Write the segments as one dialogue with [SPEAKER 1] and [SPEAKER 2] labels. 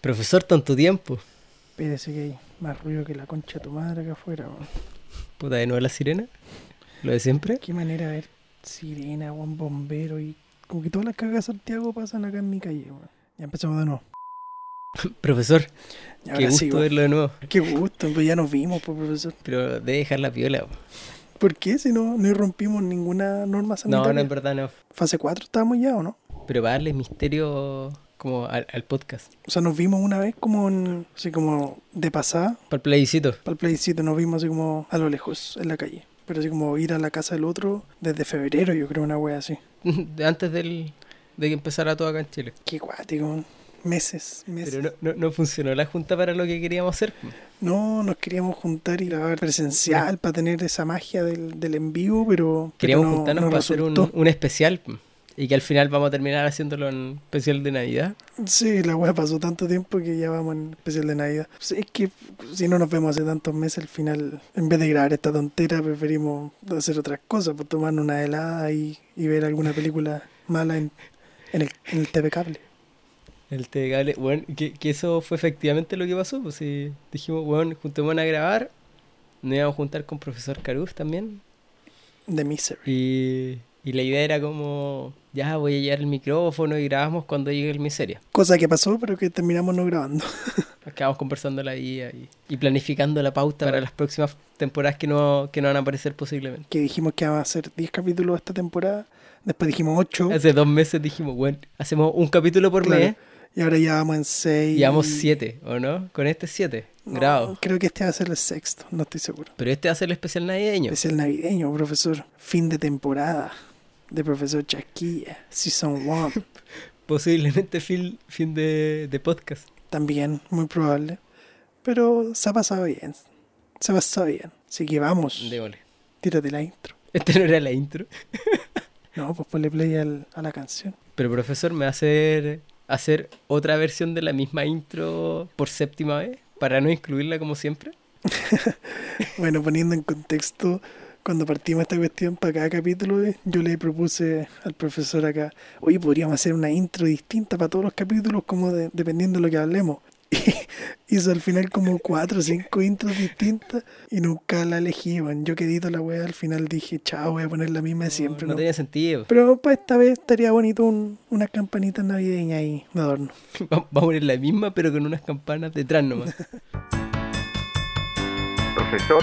[SPEAKER 1] Profesor, tanto tiempo.
[SPEAKER 2] Espérese que hay más ruido que la concha de tu madre acá afuera. weón.
[SPEAKER 1] Puta, de nuevo la sirena. Lo de siempre.
[SPEAKER 2] Qué manera de ver sirena, weón, bombero y. Como que todas las cagas de Santiago pasan acá en mi calle, weón. Ya empezamos de nuevo.
[SPEAKER 1] Profesor,
[SPEAKER 2] Y
[SPEAKER 1] qué
[SPEAKER 2] ahora
[SPEAKER 1] gusto
[SPEAKER 2] sí, weón.
[SPEAKER 1] verlo de nuevo.
[SPEAKER 2] Qué gusto, pues ya nos vimos, pues, profesor.
[SPEAKER 1] Pero debe dejar la piola. po.
[SPEAKER 2] ¿Por qué si no, no rompimos ninguna norma sanitaria?
[SPEAKER 1] No, no, en verdad no.
[SPEAKER 2] Fase 4 estábamos ya, ¿o no?
[SPEAKER 1] Pero para darle misterio como al, al podcast.
[SPEAKER 2] O sea, nos vimos una vez como en, así como de pasada,
[SPEAKER 1] Para el plebiscito.
[SPEAKER 2] para el plebiscito, nos vimos así como a lo lejos, en la calle. Pero así como ir a la casa del otro desde febrero, yo creo, una wea así.
[SPEAKER 1] Antes del, de que empezara todo acá en Chile.
[SPEAKER 2] Qué guático, meses, meses.
[SPEAKER 1] Pero no, no, no funcionó la junta para lo que queríamos hacer. po.
[SPEAKER 2] No, nos queríamos juntar y grabar presencial para tener esa magia del, del en vivo, pero. pero
[SPEAKER 1] Queríamos
[SPEAKER 2] no-
[SPEAKER 1] juntarnos
[SPEAKER 2] no
[SPEAKER 1] para hacer un,
[SPEAKER 2] resultó.
[SPEAKER 1] un especial. po. Y que al final vamos a terminar haciéndolo en especial de Navidad.
[SPEAKER 2] Sí, la wea pasó tanto tiempo que ya vamos en especial de Navidad. Sí, es que si no nos vemos hace tantos meses, al final, en vez de grabar esta tontera, preferimos hacer otras cosas, pues tomar una helada y, y ver alguna película mala en, en el, en el TV cable.
[SPEAKER 1] El té de cable, bueno, que, que eso fue efectivamente lo que pasó. Pues sí, dijimos, bueno, juntémonos a grabar. Nos íbamos a juntar con profesor Caruz también.
[SPEAKER 2] The Misery.
[SPEAKER 1] Y, y la idea era como, ya voy a llevar el micrófono y grabamos cuando llegue el miseria.
[SPEAKER 2] Cosa que pasó, pero que terminamos no grabando.
[SPEAKER 1] Nos quedamos conversando la guía y, y planificando la pauta para las próximas temporadas que no, que no van a aparecer posiblemente.
[SPEAKER 2] Que dijimos que iba a ser 10 capítulos esta temporada, después dijimos 8.
[SPEAKER 1] Hace dos meses dijimos, bueno, hacemos un capítulo por
[SPEAKER 2] Claro.
[SPEAKER 1] mes.
[SPEAKER 2] Y ahora ya vamos en 6.
[SPEAKER 1] Llevamos siete, ¿o no? Con este siete grabados.
[SPEAKER 2] Creo que este va a ser el sexto, no estoy seguro.
[SPEAKER 1] Pero este va a ser el especial navideño.
[SPEAKER 2] Es el navideño, profesor. Fin de temporada de profesor Chaquilla, Season 1.
[SPEAKER 1] Posiblemente fin, fin de, de podcast.
[SPEAKER 2] También, muy probable. Pero se ha pasado bien. Se ha pasado bien. Así que vamos.
[SPEAKER 1] Démosle.
[SPEAKER 2] Tírate la intro.
[SPEAKER 1] Este no era la intro.
[SPEAKER 2] No, pues ponle play al- a la canción.
[SPEAKER 1] Pero profesor, ¿me va a hacer, hacer otra versión de la misma intro por séptima vez? Para no incluirla como siempre.
[SPEAKER 2] Bueno, poniendo en contexto, cuando partimos esta cuestión para cada capítulo, eh, yo le propuse al profesor acá, oye, podríamos hacer una intro distinta para todos los capítulos, como de- dependiendo de lo que hablemos. Y hizo al final como cuatro o cinco intros distintas y nunca la elegí, weón. Yo que edito la weá, al final dije, chao, voy a poner la misma de siempre.
[SPEAKER 1] no,
[SPEAKER 2] ¿no?
[SPEAKER 1] tenía sentido.
[SPEAKER 2] Pero para esta vez estaría bonito un, unas campanitas navideñas ahí de adorno.
[SPEAKER 1] Va- Vamos a poner la misma, pero con unas campanas detrás nomás.
[SPEAKER 3] Profesor.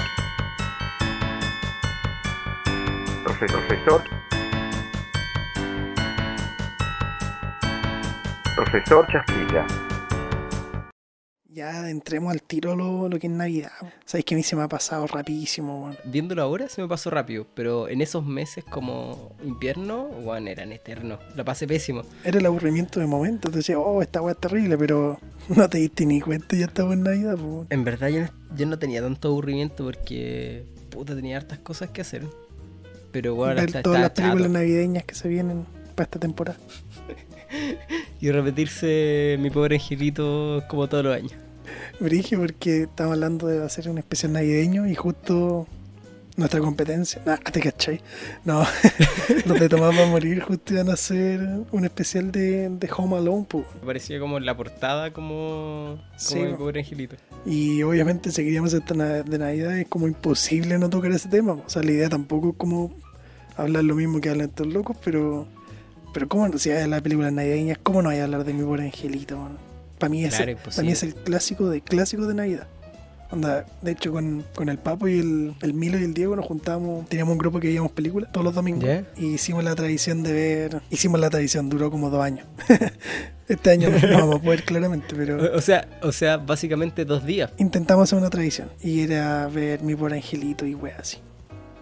[SPEAKER 3] Profe- Profesor. Profesor Chasquilla.
[SPEAKER 2] Ya entremos al tiro lo, lo que es Navidad. Sabéis que a mí se me ha pasado rapidísimo, weón.
[SPEAKER 1] Viéndolo ahora se me pasó rápido, pero en esos meses como invierno, bueno, eran eternos. La pasé pésimo.
[SPEAKER 2] Era el aburrimiento de momento, te decía, oh, esta weá es terrible, pero no te diste ni cuenta y ya estamos en Navidad, po.
[SPEAKER 1] En verdad yo no, yo no tenía tanto aburrimiento porque puta tenía hartas cosas que hacer. Pero bueno,
[SPEAKER 2] Ver
[SPEAKER 1] está,
[SPEAKER 2] todas las
[SPEAKER 1] está chato.
[SPEAKER 2] películas navideñas que se vienen para esta temporada.
[SPEAKER 1] Y repetirse mi pobre angelito como todos los años.
[SPEAKER 2] Brigio, porque estamos hablando de hacer un especial navideño y justo nuestra competencia. Nah, te cachai. No, los de Tomás va a morir justo iban a hacer un especial de, de Home Alone, po.
[SPEAKER 1] Me parecía como la portada como, como
[SPEAKER 2] Sí,
[SPEAKER 1] mi
[SPEAKER 2] bo.
[SPEAKER 1] pobre angelito.
[SPEAKER 2] Y obviamente si queríamos hacer esta na- de Navidad es como imposible no tocar ese tema. O sea, la idea tampoco es como hablar lo mismo que hablan estos locos, pero pero cómo no- si hay las películas navideñas, cómo no hay hablar de mi pobre angelito, Para mí, es
[SPEAKER 1] Claro,
[SPEAKER 2] el-
[SPEAKER 1] imposible.
[SPEAKER 2] pa' mí es el clásico de clásicos de Navidad. Onda, de hecho con, con el Papo y el, el Milo y el Diego nos juntábamos, teníamos un grupo que veíamos películas todos los domingos
[SPEAKER 1] ¿Ya?
[SPEAKER 2] y hicimos la tradición de ver, hicimos la tradición, duró como dos años. este año no vamos a poder claramente, pero
[SPEAKER 1] O, o sea, o sea, básicamente dos días.
[SPEAKER 2] intentamos hacer una tradición y era ver mi pobre angelito y wea así.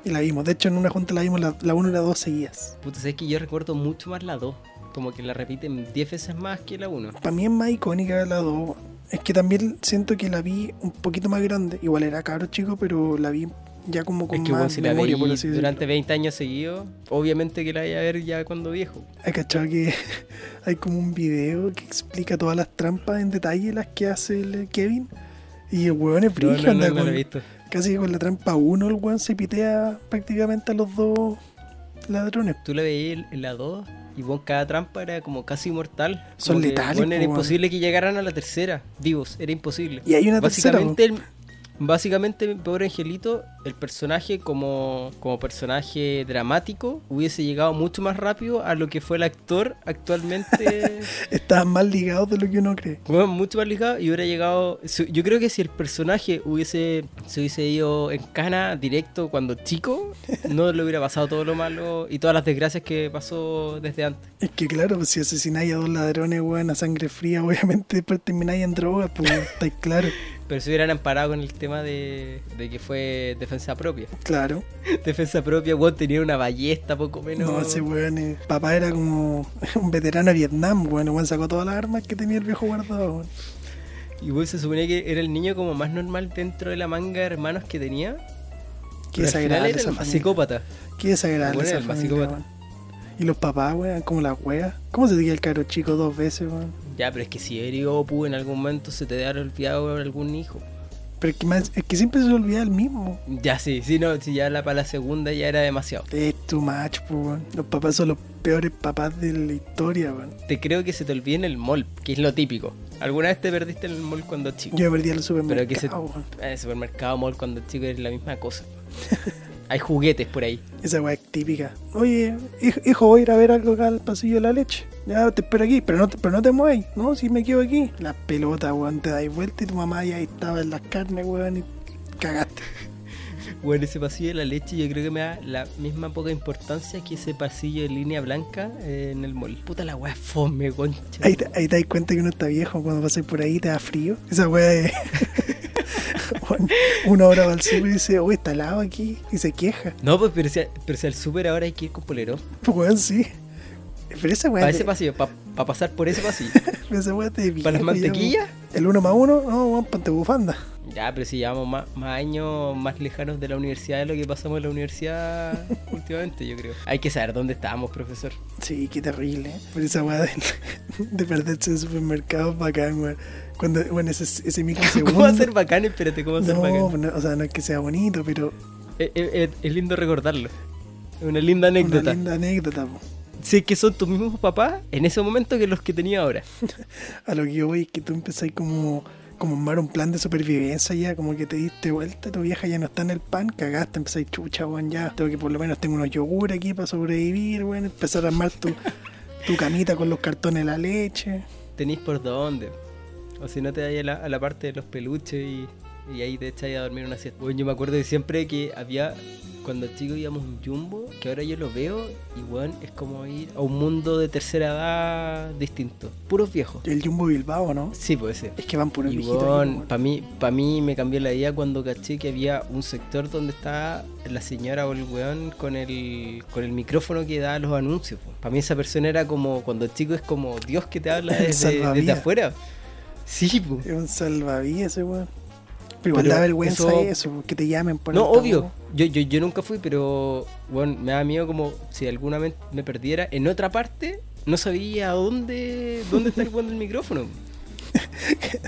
[SPEAKER 2] Y la vimos, de hecho en una junta la vimos la, la 1 y la 2 seguidas.
[SPEAKER 1] Puta, sabes que yo recuerdo mucho más la 2. Como que la repiten 10 veces más que la 1.
[SPEAKER 2] Para mí es más icónica la 2. Es que también siento que la vi un poquito más grande, igual era caro chico, pero la vi ya como con
[SPEAKER 1] Es que bueno,
[SPEAKER 2] más
[SPEAKER 1] si la
[SPEAKER 2] memoria,
[SPEAKER 1] veis
[SPEAKER 2] por así decirlo.
[SPEAKER 1] durante 20 años seguidos, obviamente que la voy a ver ya cuando viejo.
[SPEAKER 2] Hay cachado que hay como un video que explica todas las trampas en detalle las que hace el Kevin. Y el weón es
[SPEAKER 1] No, no,
[SPEAKER 2] brillo,
[SPEAKER 1] no, no la he visto.
[SPEAKER 2] casi con la trampa 1 el weón se pitea prácticamente a los dos ladrones.
[SPEAKER 1] Tú la veías en la 2 y bueno, cada trampa era como casi mortal. Como
[SPEAKER 2] Son
[SPEAKER 1] que,
[SPEAKER 2] letales,
[SPEAKER 1] bueno, era
[SPEAKER 2] po, weón.
[SPEAKER 1] imposible que llegaran a la tercera, vivos, era imposible.
[SPEAKER 2] Y hay una tercera, po.
[SPEAKER 1] básicamente, el- básicamente, mi pobre angelito, el personaje como, como personaje dramático hubiese llegado mucho más rápido a lo que fue el actor actualmente.
[SPEAKER 2] Estaban más ligados de lo que uno cree.
[SPEAKER 1] Weón, mucho más ligado y hubiera llegado. su- Yo creo que si el personaje hubiese se hubiese ido en cana directo cuando chico, no le hubiera pasado todo lo malo y todas las desgracias que pasó desde antes.
[SPEAKER 2] Es que claro, pues si asesináis a dos ladrones, weón, a sangre fría, obviamente después termináis en drogas, pues weón, estáis claro.
[SPEAKER 1] Pero se hubieran amparado con el tema de, de que fue defensa propia.
[SPEAKER 2] Claro.
[SPEAKER 1] Defensa propia, weón, tenía una ballesta poco menos.
[SPEAKER 2] No, ese weón, eh, papá era como un veterano de Vietnam, weón, el weón sacó todas las armas que tenía el viejo guardado, weón.
[SPEAKER 1] Y weón, se suponía que era el niño como más normal dentro de la manga de hermanos que tenía.
[SPEAKER 2] Qué
[SPEAKER 1] pero al final
[SPEAKER 2] desagradable
[SPEAKER 1] era
[SPEAKER 2] esa
[SPEAKER 1] el más
[SPEAKER 2] familia.
[SPEAKER 1] psicópata.
[SPEAKER 2] Qué desagradable
[SPEAKER 1] Bueno,
[SPEAKER 2] esa
[SPEAKER 1] el
[SPEAKER 2] familia,
[SPEAKER 1] psicópata.
[SPEAKER 2] weón. Y los papás, weón, como las weas. ¿Cómo se diga el caro chico dos veces, weón?
[SPEAKER 1] Ya, pero es que si eres Opu en algún momento se te dará olvidado algún hijo.
[SPEAKER 2] Pero es que, más- es que siempre se olvida el mismo.
[SPEAKER 1] Ya sí, sí, no, sí, ya la para la segunda ya era demasiado.
[SPEAKER 2] Es tu match, weón. Los papás son los peores papás de la historia, weón.
[SPEAKER 1] Te creo que se te olvide en el mall, que es lo típico. ¿Alguna vez te perdiste en el mall cuando chico?
[SPEAKER 2] Yo me perdí al
[SPEAKER 1] Pero que se...
[SPEAKER 2] supermercado, weón.
[SPEAKER 1] En el supermercado, mall, cuando chico es la misma cosa. Hay juguetes por ahí.
[SPEAKER 2] Esa weá es típica. Oye, hij- hijo, voy a ir a ver algo acá al pasillo de la leche. Ya te espero aquí, pero no te, pero no te mueves, ¿no? Si me quedo aquí. Las pelotas, weón, te dais vuelta y tu mamá ya ahí estaba en las carnes, weón, y cagaste.
[SPEAKER 1] Bueno, ese pasillo de la leche yo creo que me da la misma poca importancia que ese pasillo de línea blanca eh, en el mall. Puta la weá fome, concha.
[SPEAKER 2] Ahí te, ahí te das cuenta que uno está viejo cuando pasas por ahí te da frío. Esa weá es. Weón, una hora va al sur y dice, uy, está helado aquí. Y se queja.
[SPEAKER 1] No, pues pero si, a- pero si al súper ahora hay que ir con polerón.
[SPEAKER 2] Pues, weón, sí. Pero esa weá
[SPEAKER 1] Para
[SPEAKER 2] es
[SPEAKER 1] ese
[SPEAKER 2] de-
[SPEAKER 1] pasillo, para pasar por ese pasillo.
[SPEAKER 2] pero esa weá es de
[SPEAKER 1] ¿Para las
[SPEAKER 2] viejo ya, weón.
[SPEAKER 1] mantequillas?
[SPEAKER 2] El uno más uno, no, weón, ponte bufanda.
[SPEAKER 1] Ya, pero si llevamos más, más años más lejanos de la universidad de lo que pasamos en la universidad últimamente, yo creo. Hay que saber dónde estábamos, profesor.
[SPEAKER 2] Sí, qué terrible. ¿eh? Pero esa weá de, de perderse en supermercados bacán, weón. Cuando, bueno, ese, ese microsegundo.
[SPEAKER 1] ¿Cómo va a ser bacán? Espérate, ¿cómo va a ser
[SPEAKER 2] no,
[SPEAKER 1] bacán?
[SPEAKER 2] no, o sea, no es que sea bonito, pero
[SPEAKER 1] Eh, eh, eh, es lindo recordarlo. Es una linda anécdota.
[SPEAKER 2] una linda anécdota. po.
[SPEAKER 1] Si es que son tus mismos papás en ese momento que los que tenía ahora.
[SPEAKER 2] A lo que yo voy es que tú empezáis como, como a armar un plan de supervivencia ya, como que te diste vuelta, tu vieja ya no está en el pan, cagaste, empezáis chucha, weón, ya. Tengo que por lo menos tengo unos yogur aquí para sobrevivir, weón. Empezar a armar tu, tu camita con los cartones de la leche.
[SPEAKER 1] Tenéis por dónde. O si no te vais a la, a la parte de los peluches y, y ahí te echáis a dormir una siesta. Bueno, yo me acuerdo de siempre que había, cuando chico íbamos a un jumbo, que ahora yo lo veo y bueno, es como ir a un mundo de tercera edad distinto. Puros viejos.
[SPEAKER 2] El Jumbo Bilbao, ¿no?
[SPEAKER 1] Sí, puede ser.
[SPEAKER 2] Es que van puros
[SPEAKER 1] Y
[SPEAKER 2] viejitos. ahí, weón.
[SPEAKER 1] para mí, pa' mí me cambió la idea cuando caché que había un sector donde estaba la señora o el weón con el, con el micrófono que da los anuncios. Para mí esa persona era como, cuando el chico es como Dios que te habla
[SPEAKER 2] El
[SPEAKER 1] desde, desde
[SPEAKER 2] salvavidas.
[SPEAKER 1] afuera. Sí, po.
[SPEAKER 2] Es un salvavidas ese weón. Pero igual
[SPEAKER 1] Pero
[SPEAKER 2] da vergüenza
[SPEAKER 1] eso-
[SPEAKER 2] eso, que te llamen por
[SPEAKER 1] No,
[SPEAKER 2] altavoz.
[SPEAKER 1] obvio. Yo, yo, yo nunca fui, pero bueno, me da miedo como si alguna vez me perdiera en otra parte. No sabía dónde, dónde está el weón del micrófono.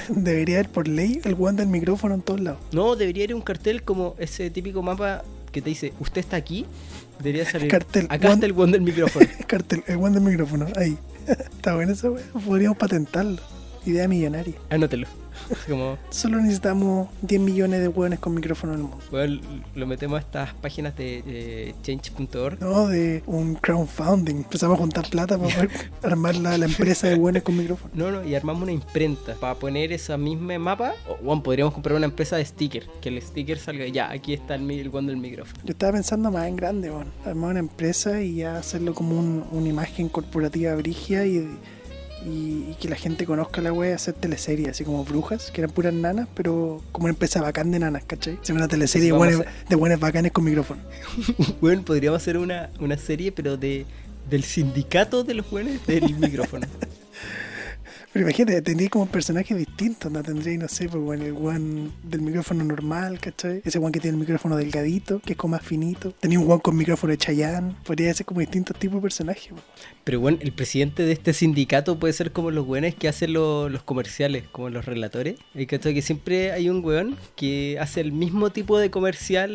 [SPEAKER 2] Debería haber por ley el weón del micrófono en todos lados.
[SPEAKER 1] No, debería ir un cartel como ese típico mapa que te dice, usted está aquí, debería salir.
[SPEAKER 2] Cartel,
[SPEAKER 1] Acá
[SPEAKER 2] one-
[SPEAKER 1] está el buen del micrófono.
[SPEAKER 2] Cartel, el weón del micrófono, ahí. Está bueno eso, weón. Podríamos patentarlo. Idea millonaria.
[SPEAKER 1] Anótelo. Así como,
[SPEAKER 2] Solo necesitamos 10 millones de weones con micrófono en el mundo.
[SPEAKER 1] bueno, lo metemos a estas páginas de eh, change.org.
[SPEAKER 2] No, de un crowdfunding. Empezamos a juntar plata para poder armar la, la empresa de weones con micrófono.
[SPEAKER 1] No, no, y armamos una imprenta para poner esa misma mapa. O, bueno, podríamos comprar una empresa de sticker. Que el sticker salga, ya, aquí está el, mi- el buen del micrófono.
[SPEAKER 2] Yo estaba pensando más en grande, weón. Armar una empresa y ya hacerlo como un- una imagen corporativa brigia y, y- y que la gente conozca la wea y hacer teleseries, así como brujas, que eran puras nanas, pero como una empresa bacán de nanas, ¿cachai? Se una teleserie
[SPEAKER 1] Sí,
[SPEAKER 2] de
[SPEAKER 1] vamos
[SPEAKER 2] buenas,
[SPEAKER 1] a
[SPEAKER 2] de buenas bacanes con micrófono.
[SPEAKER 1] Bueno, podríamos hacer una, una serie, pero de del sindicato de los buenos del micrófono.
[SPEAKER 2] Pero imagínate, tendría como personajes distintos, ¿no? Tendría, no sé, pues bueno, el guan del micrófono normal, ¿cachai? Ese guan que tiene el micrófono delgadito, que es como más finito. Tenía un guan con micrófono de Chayán. Podría ser como distintos tipos de personajes, po.
[SPEAKER 1] Pero bueno, el presidente de este sindicato puede ser como los weones que hacen lo- los comerciales, como los relatores. El caso que siempre hay un weón que hace el mismo tipo de comercial,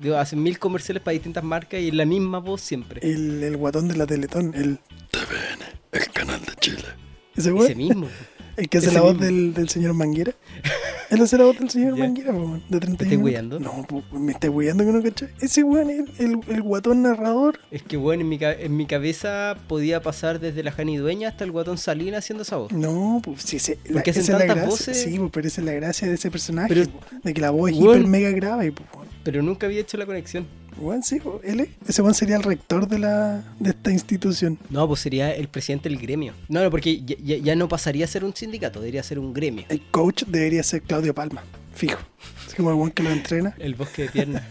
[SPEAKER 1] digo, hace mil comerciales para distintas marcas y la misma voz siempre.
[SPEAKER 2] El, el guatón de la Teletón, el.
[SPEAKER 4] el canal de Chile.
[SPEAKER 2] Ese weón.
[SPEAKER 1] Ese mismo.
[SPEAKER 2] El que hace
[SPEAKER 1] Ese
[SPEAKER 2] la voz
[SPEAKER 1] mismo.
[SPEAKER 2] del, del señor Manguera. Él hace la voz del señor
[SPEAKER 1] Ya.
[SPEAKER 2] Manguera, po, weón, de 31
[SPEAKER 1] estás
[SPEAKER 2] minutos.
[SPEAKER 1] hueando?
[SPEAKER 2] No, po, me estás hueando que no cachai. Ese weón es el, el guatón narrador.
[SPEAKER 1] Es que bueno, en mi, ca- en mi cabeza podía pasar desde la Jani Dueña hasta el guatón Salina haciendo esa voz.
[SPEAKER 2] No, pues sí, sí, la,
[SPEAKER 1] Porque
[SPEAKER 2] esa
[SPEAKER 1] hacen
[SPEAKER 2] es la
[SPEAKER 1] tantas
[SPEAKER 2] gracia.
[SPEAKER 1] voces.
[SPEAKER 2] Sí, pues, pero esa es la gracia de ese personaje.
[SPEAKER 1] Pero-
[SPEAKER 2] po, de que la voz es
[SPEAKER 1] Weón.
[SPEAKER 2] hiper mega grave. po, weón.
[SPEAKER 1] Pero nunca había hecho la conexión.
[SPEAKER 2] Weón, sí, po, él es- ese weón sería el rector de, la, de esta institución.
[SPEAKER 1] No, pues sería el presidente del gremio. No, no, porque ya, ya- ya no pasaría a ser un sindicato, debería ser un gremio.
[SPEAKER 2] El coach debería ser Claudio Palma, fijo. Es como el weón que lo entrena.
[SPEAKER 1] El bosque de piernas.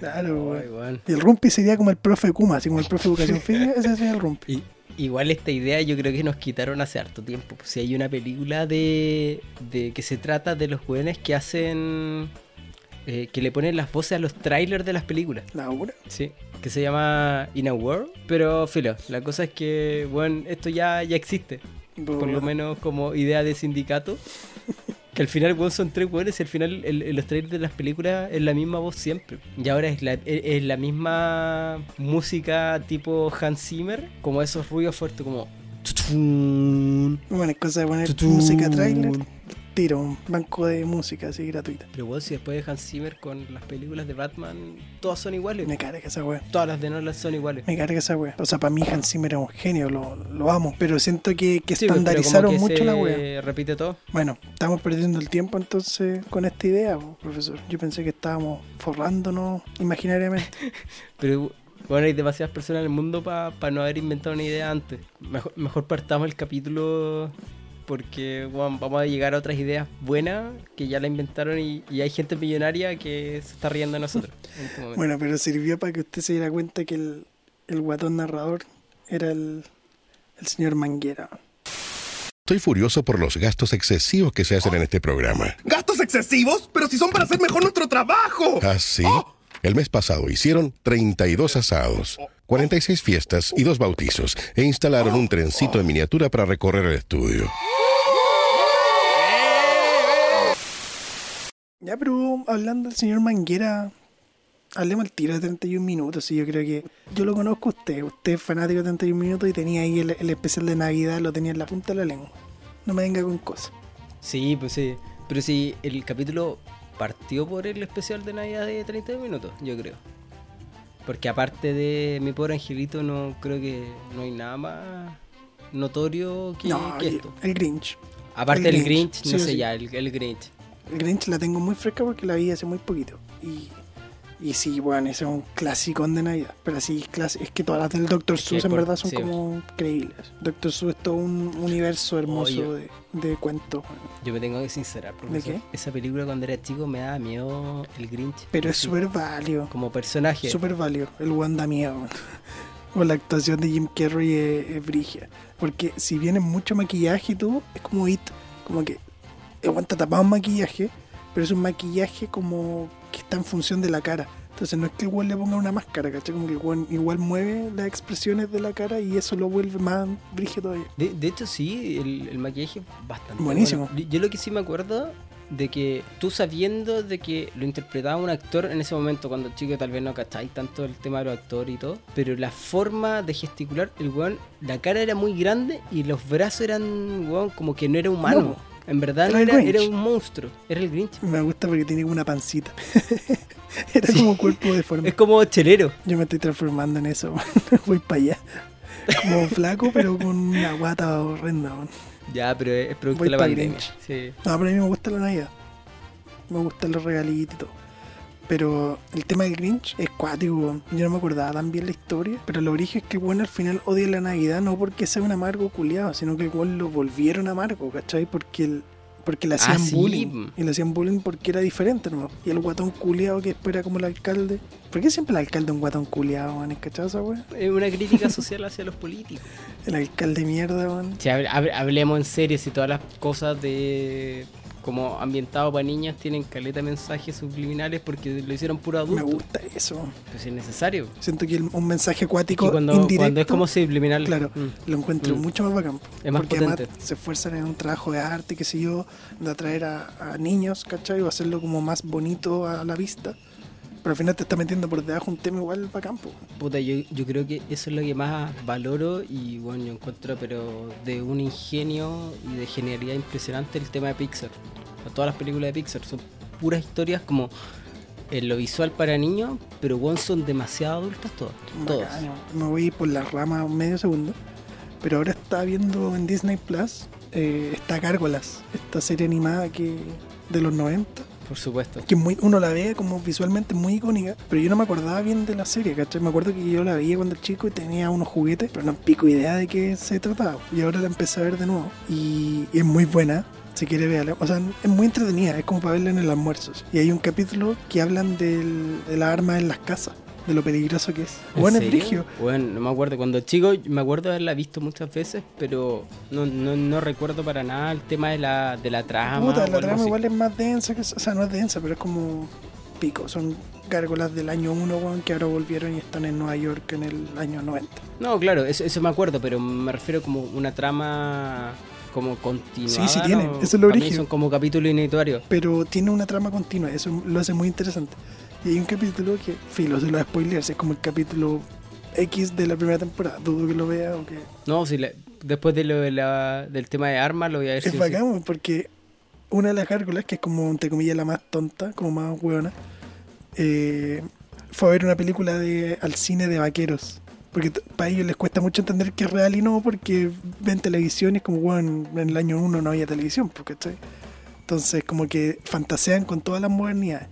[SPEAKER 2] Claro,
[SPEAKER 1] Ay,
[SPEAKER 2] weón.
[SPEAKER 1] weón.
[SPEAKER 2] Y el Rumpi sería como el profe Kuma, así como el profe de educación física, ese sería el Rumpi.
[SPEAKER 1] Y- igual esta idea yo creo que nos quitaron hace harto tiempo. Si hay una película de, de que se trata de los jóvenes que hacen... eh, que le ponen las voces a los trailers de las películas.
[SPEAKER 2] La obra.
[SPEAKER 1] Sí, que se llama In a World. Pero filo, la cosa es que, bueno, esto ya, ya existe. Por lo menos como idea de sindicato. Que al final, weón, son tres weones y al final el- el- los trailers de las películas es la misma voz siempre. Y ahora es la, es- es la misma música tipo Hans Zimmer, como esos ruidos fuertes como... tutum,
[SPEAKER 2] Bueno, es cosa de poner
[SPEAKER 1] tutum.
[SPEAKER 2] música trailer, tiro, un banco de música así gratuita.
[SPEAKER 1] Pero bueno, si después de Hans Zimmer con las películas de Batman, todas son iguales.
[SPEAKER 2] Me carga esa wea.
[SPEAKER 1] Todas las de Nolan son iguales.
[SPEAKER 2] Me carga esa wea. O sea, para mí Hans Zimmer es un genio, lo, lo amo. Pero siento que, que
[SPEAKER 1] Sí, pues, pero como
[SPEAKER 2] estandarizaron
[SPEAKER 1] que
[SPEAKER 2] mucho la
[SPEAKER 1] se
[SPEAKER 2] wea.
[SPEAKER 1] Repite todo.
[SPEAKER 2] Bueno, estamos perdiendo el tiempo entonces con esta idea, po, profesor. Yo pensé que estábamos forrándonos imaginariamente.
[SPEAKER 1] Pero bueno, hay demasiadas personas en el mundo para no haber inventado una idea antes. Mejor, mejor partamos el capítulo porque bueno, vamos a llegar a otras ideas buenas que ya la inventaron y, y hay gente millonaria que se está riendo de nosotros. en este momento.
[SPEAKER 2] bueno, pero sirvió para que usted se diera cuenta que el, el guatón narrador era el, el señor Manguera.
[SPEAKER 4] Estoy furioso por los gastos excesivos que se hacen en este programa.
[SPEAKER 5] ¿Gastos excesivos? Pero si son para hacer mejor nuestro trabajo.
[SPEAKER 4] Así, Ah, el mes pasado hicieron 32 asados, 46 fiestas y dos bautizos, e instalaron un trencito de miniatura para recorrer el estudio.
[SPEAKER 2] Ya, pero hablando del señor Manguera, hablemos al tiro de 31 minutos. Sí, yo creo que yo lo conozco a usted. Usted es fanático de 31 minutos y tenía ahí el, el especial de Navidad, lo tenía en la punta de la lengua. No me venga con cosas.
[SPEAKER 1] Sí, pues sí. Pero sí, el capítulo partió por el especial de Navidad de 30 minutos, yo creo. Porque aparte de mi pobre angelito, no creo que no hay nada más notorio que,
[SPEAKER 2] No,
[SPEAKER 1] que
[SPEAKER 2] y-
[SPEAKER 1] esto.
[SPEAKER 2] el Grinch.
[SPEAKER 1] Aparte del Grinch,
[SPEAKER 2] sí
[SPEAKER 1] no
[SPEAKER 2] o
[SPEAKER 1] sé
[SPEAKER 2] sí.
[SPEAKER 1] ya, el, el Grinch.
[SPEAKER 2] El Grinch la tengo muy fresca porque la vi hace muy poquito. Y, y sí, bueno, ese es un clasicón de Navidad. Pero sí, clas- es que todas las del Dr. Seuss en
[SPEAKER 1] por-
[SPEAKER 2] verdad son
[SPEAKER 1] sí.
[SPEAKER 2] como increíbles. Dr. Seuss es todo un universo hermoso
[SPEAKER 1] Oye.
[SPEAKER 2] de, de cuentos. bueno.
[SPEAKER 1] Yo me tengo que sincerar, profesor.
[SPEAKER 2] qué?
[SPEAKER 1] Esa película cuando era chico me daba miedo el Grinch.
[SPEAKER 2] Pero es
[SPEAKER 1] Sí,
[SPEAKER 2] súper válido.
[SPEAKER 1] Como personaje.
[SPEAKER 2] Súper válido, el Wanda mía, weón. O la actuación de Jim Carrey es, es brígida. Porque si viene mucho maquillaje y todo, es como It. Como que aguanta tapado en maquillaje, pero es un maquillaje como que está en función de la cara. Entonces no es que el weón le ponga una máscara, ¿cachai? Como que el weón igual mueve las expresiones de la cara y eso lo vuelve más brígido todavía.
[SPEAKER 1] De, de hecho, sí, el, el maquillaje es bastante.
[SPEAKER 2] Buenísimo.
[SPEAKER 1] bueno. Yo- Yo lo que sí me acuerdo de que tú sabiendo de que lo interpretaba un actor en ese momento, cuando chico tal vez no cacháis tanto el tema de los actores y todo, pero la forma de gesticular, el weón, la cara era muy grande y los brazos eran, weón, como que no era humano.
[SPEAKER 2] No, po.
[SPEAKER 1] en verdad
[SPEAKER 2] Era
[SPEAKER 1] no
[SPEAKER 2] el
[SPEAKER 1] era, era
[SPEAKER 2] Grinch.
[SPEAKER 1] un monstruo, era el Grinch.
[SPEAKER 2] Me gusta porque tiene como una pancita. Era como un cuerpo deforme.
[SPEAKER 1] Es como chelero.
[SPEAKER 2] Yo me estoy transformando en eso, weón. voy para allá. Como flaco, pero con una guata horrenda. weón.
[SPEAKER 1] Ya, pero es producto
[SPEAKER 2] Voy
[SPEAKER 1] de la
[SPEAKER 2] pa'
[SPEAKER 1] pandemia.
[SPEAKER 2] Grinch.
[SPEAKER 1] Sí.
[SPEAKER 2] No, pero a mí me gusta la Navidad. Me gustan los regalitos y todo. Pero el tema del Grinch es cuático. weón. Yo no me acordaba tan bien la historia. Pero lo origen es que el weón al final odia la Navidad no porque sea un amargo culiado, sino que el weón lo volvieron amargo, ¿cachai? Porque el, Porque le hacían
[SPEAKER 1] Ah, sí.
[SPEAKER 2] bullying. Y le hacían bullying porque era diferente, ¿no? Y el guatón culiado que espera como el alcalde. ¿Por qué siempre el alcalde es un guatón culiado, man? ¿Es cachado esa wea?
[SPEAKER 1] Es una crítica social hacia los políticos.
[SPEAKER 2] El alcalde mierda, man.
[SPEAKER 1] Si hable- hable- hablemos en serio, si todas las cosas de como ambientado para niñas tienen caleta de mensajes subliminales porque lo hicieron puro
[SPEAKER 2] Me
[SPEAKER 1] adulto.
[SPEAKER 2] gusta eso.
[SPEAKER 1] Pues es necesario.
[SPEAKER 2] Siento que el- un
[SPEAKER 1] Y
[SPEAKER 2] mensaje acuático
[SPEAKER 1] cuando,
[SPEAKER 2] indirecto.
[SPEAKER 1] cuando es como subliminal.
[SPEAKER 2] Claro,
[SPEAKER 1] mm.
[SPEAKER 2] lo encuentro
[SPEAKER 1] Mm.
[SPEAKER 2] mucho más bacán.
[SPEAKER 1] Es más
[SPEAKER 2] porque además
[SPEAKER 1] potente.
[SPEAKER 2] se esfuerzan en un trabajo de arte, qué sé yo, de atraer a, a niños, ¿cachai? O hacerlo como más bonito a la vista. Pero al final te está metiendo por debajo un tema igual bacán, po.
[SPEAKER 1] Puta, yo, yo creo que eso es lo que más valoro y bueno, yo encuentro, pero de un ingenio y de genialidad impresionante el tema de Pixar. O sea, todas las películas de Pixar son puras historias como en lo visual para niños, pero bueno, son demasiado adultas todas. todas.
[SPEAKER 2] Bacán, Me voy por las ramas un medio segundo. Pero ahora está viendo en Disney Plus, eh, está Gárgolas, esta serie animada que de los 90.
[SPEAKER 1] Por supuesto.
[SPEAKER 2] que muy, uno la ve como visualmente muy icónica, pero yo no me acordaba bien de la serie, ¿cachai? Me acuerdo que yo la veía cuando era chico y tenía unos juguetes, pero no pico idea de qué se trataba. Y ahora la empecé a ver de nuevo. Y, y es muy buena, si quiere verla. O sea, es muy entretenida, es como para verla en el almuerzo. Y hay un capítulo que hablan del, de las armas en las casas, de lo peligroso que es.
[SPEAKER 1] ¿En
[SPEAKER 2] Bueno, es
[SPEAKER 1] serio?
[SPEAKER 2] brigio.
[SPEAKER 1] Bueno, no me acuerdo. Cuando chico me acuerdo haberla visto muchas veces, pero no, no, no recuerdo para nada el tema de la, de la trama. o
[SPEAKER 2] Puta,
[SPEAKER 1] algo
[SPEAKER 2] la trama
[SPEAKER 1] así.
[SPEAKER 2] igual es más densa, que, o sea, no es densa, pero es como pico. Son gárgolas del año 1, weón, que ahora volvieron y están en Nueva York en el año 90.
[SPEAKER 1] No, claro, eso, eso me acuerdo, pero me refiero como una trama como continuada.
[SPEAKER 2] Sí, sí tiene,
[SPEAKER 1] ¿no?
[SPEAKER 2] eso es lo
[SPEAKER 1] Para mí
[SPEAKER 2] brígido.
[SPEAKER 1] Son como capítulos ineduarios.
[SPEAKER 2] pero tiene una trama continua, eso lo hace muy interesante. Y hay un capítulo que, filo, se lo voy a spoilear, si es como el capítulo X de la primera temporada, dudo que lo vea o que...
[SPEAKER 1] No, si la- después de lo de la- del tema de armas lo voy a ver.
[SPEAKER 2] es
[SPEAKER 1] sí o sí.
[SPEAKER 2] bacán, weón, porque una de las gárgolas, que es como, entre comillas, la más tonta, como más hueona, eh, fue a ver una película de, al cine de vaqueros. Porque t- para ellos les cuesta mucho entender que es real y no, porque ven televisión y es como, weón, en el año 1 no había televisión, porque Entonces, como que fantasean con todas las modernidades.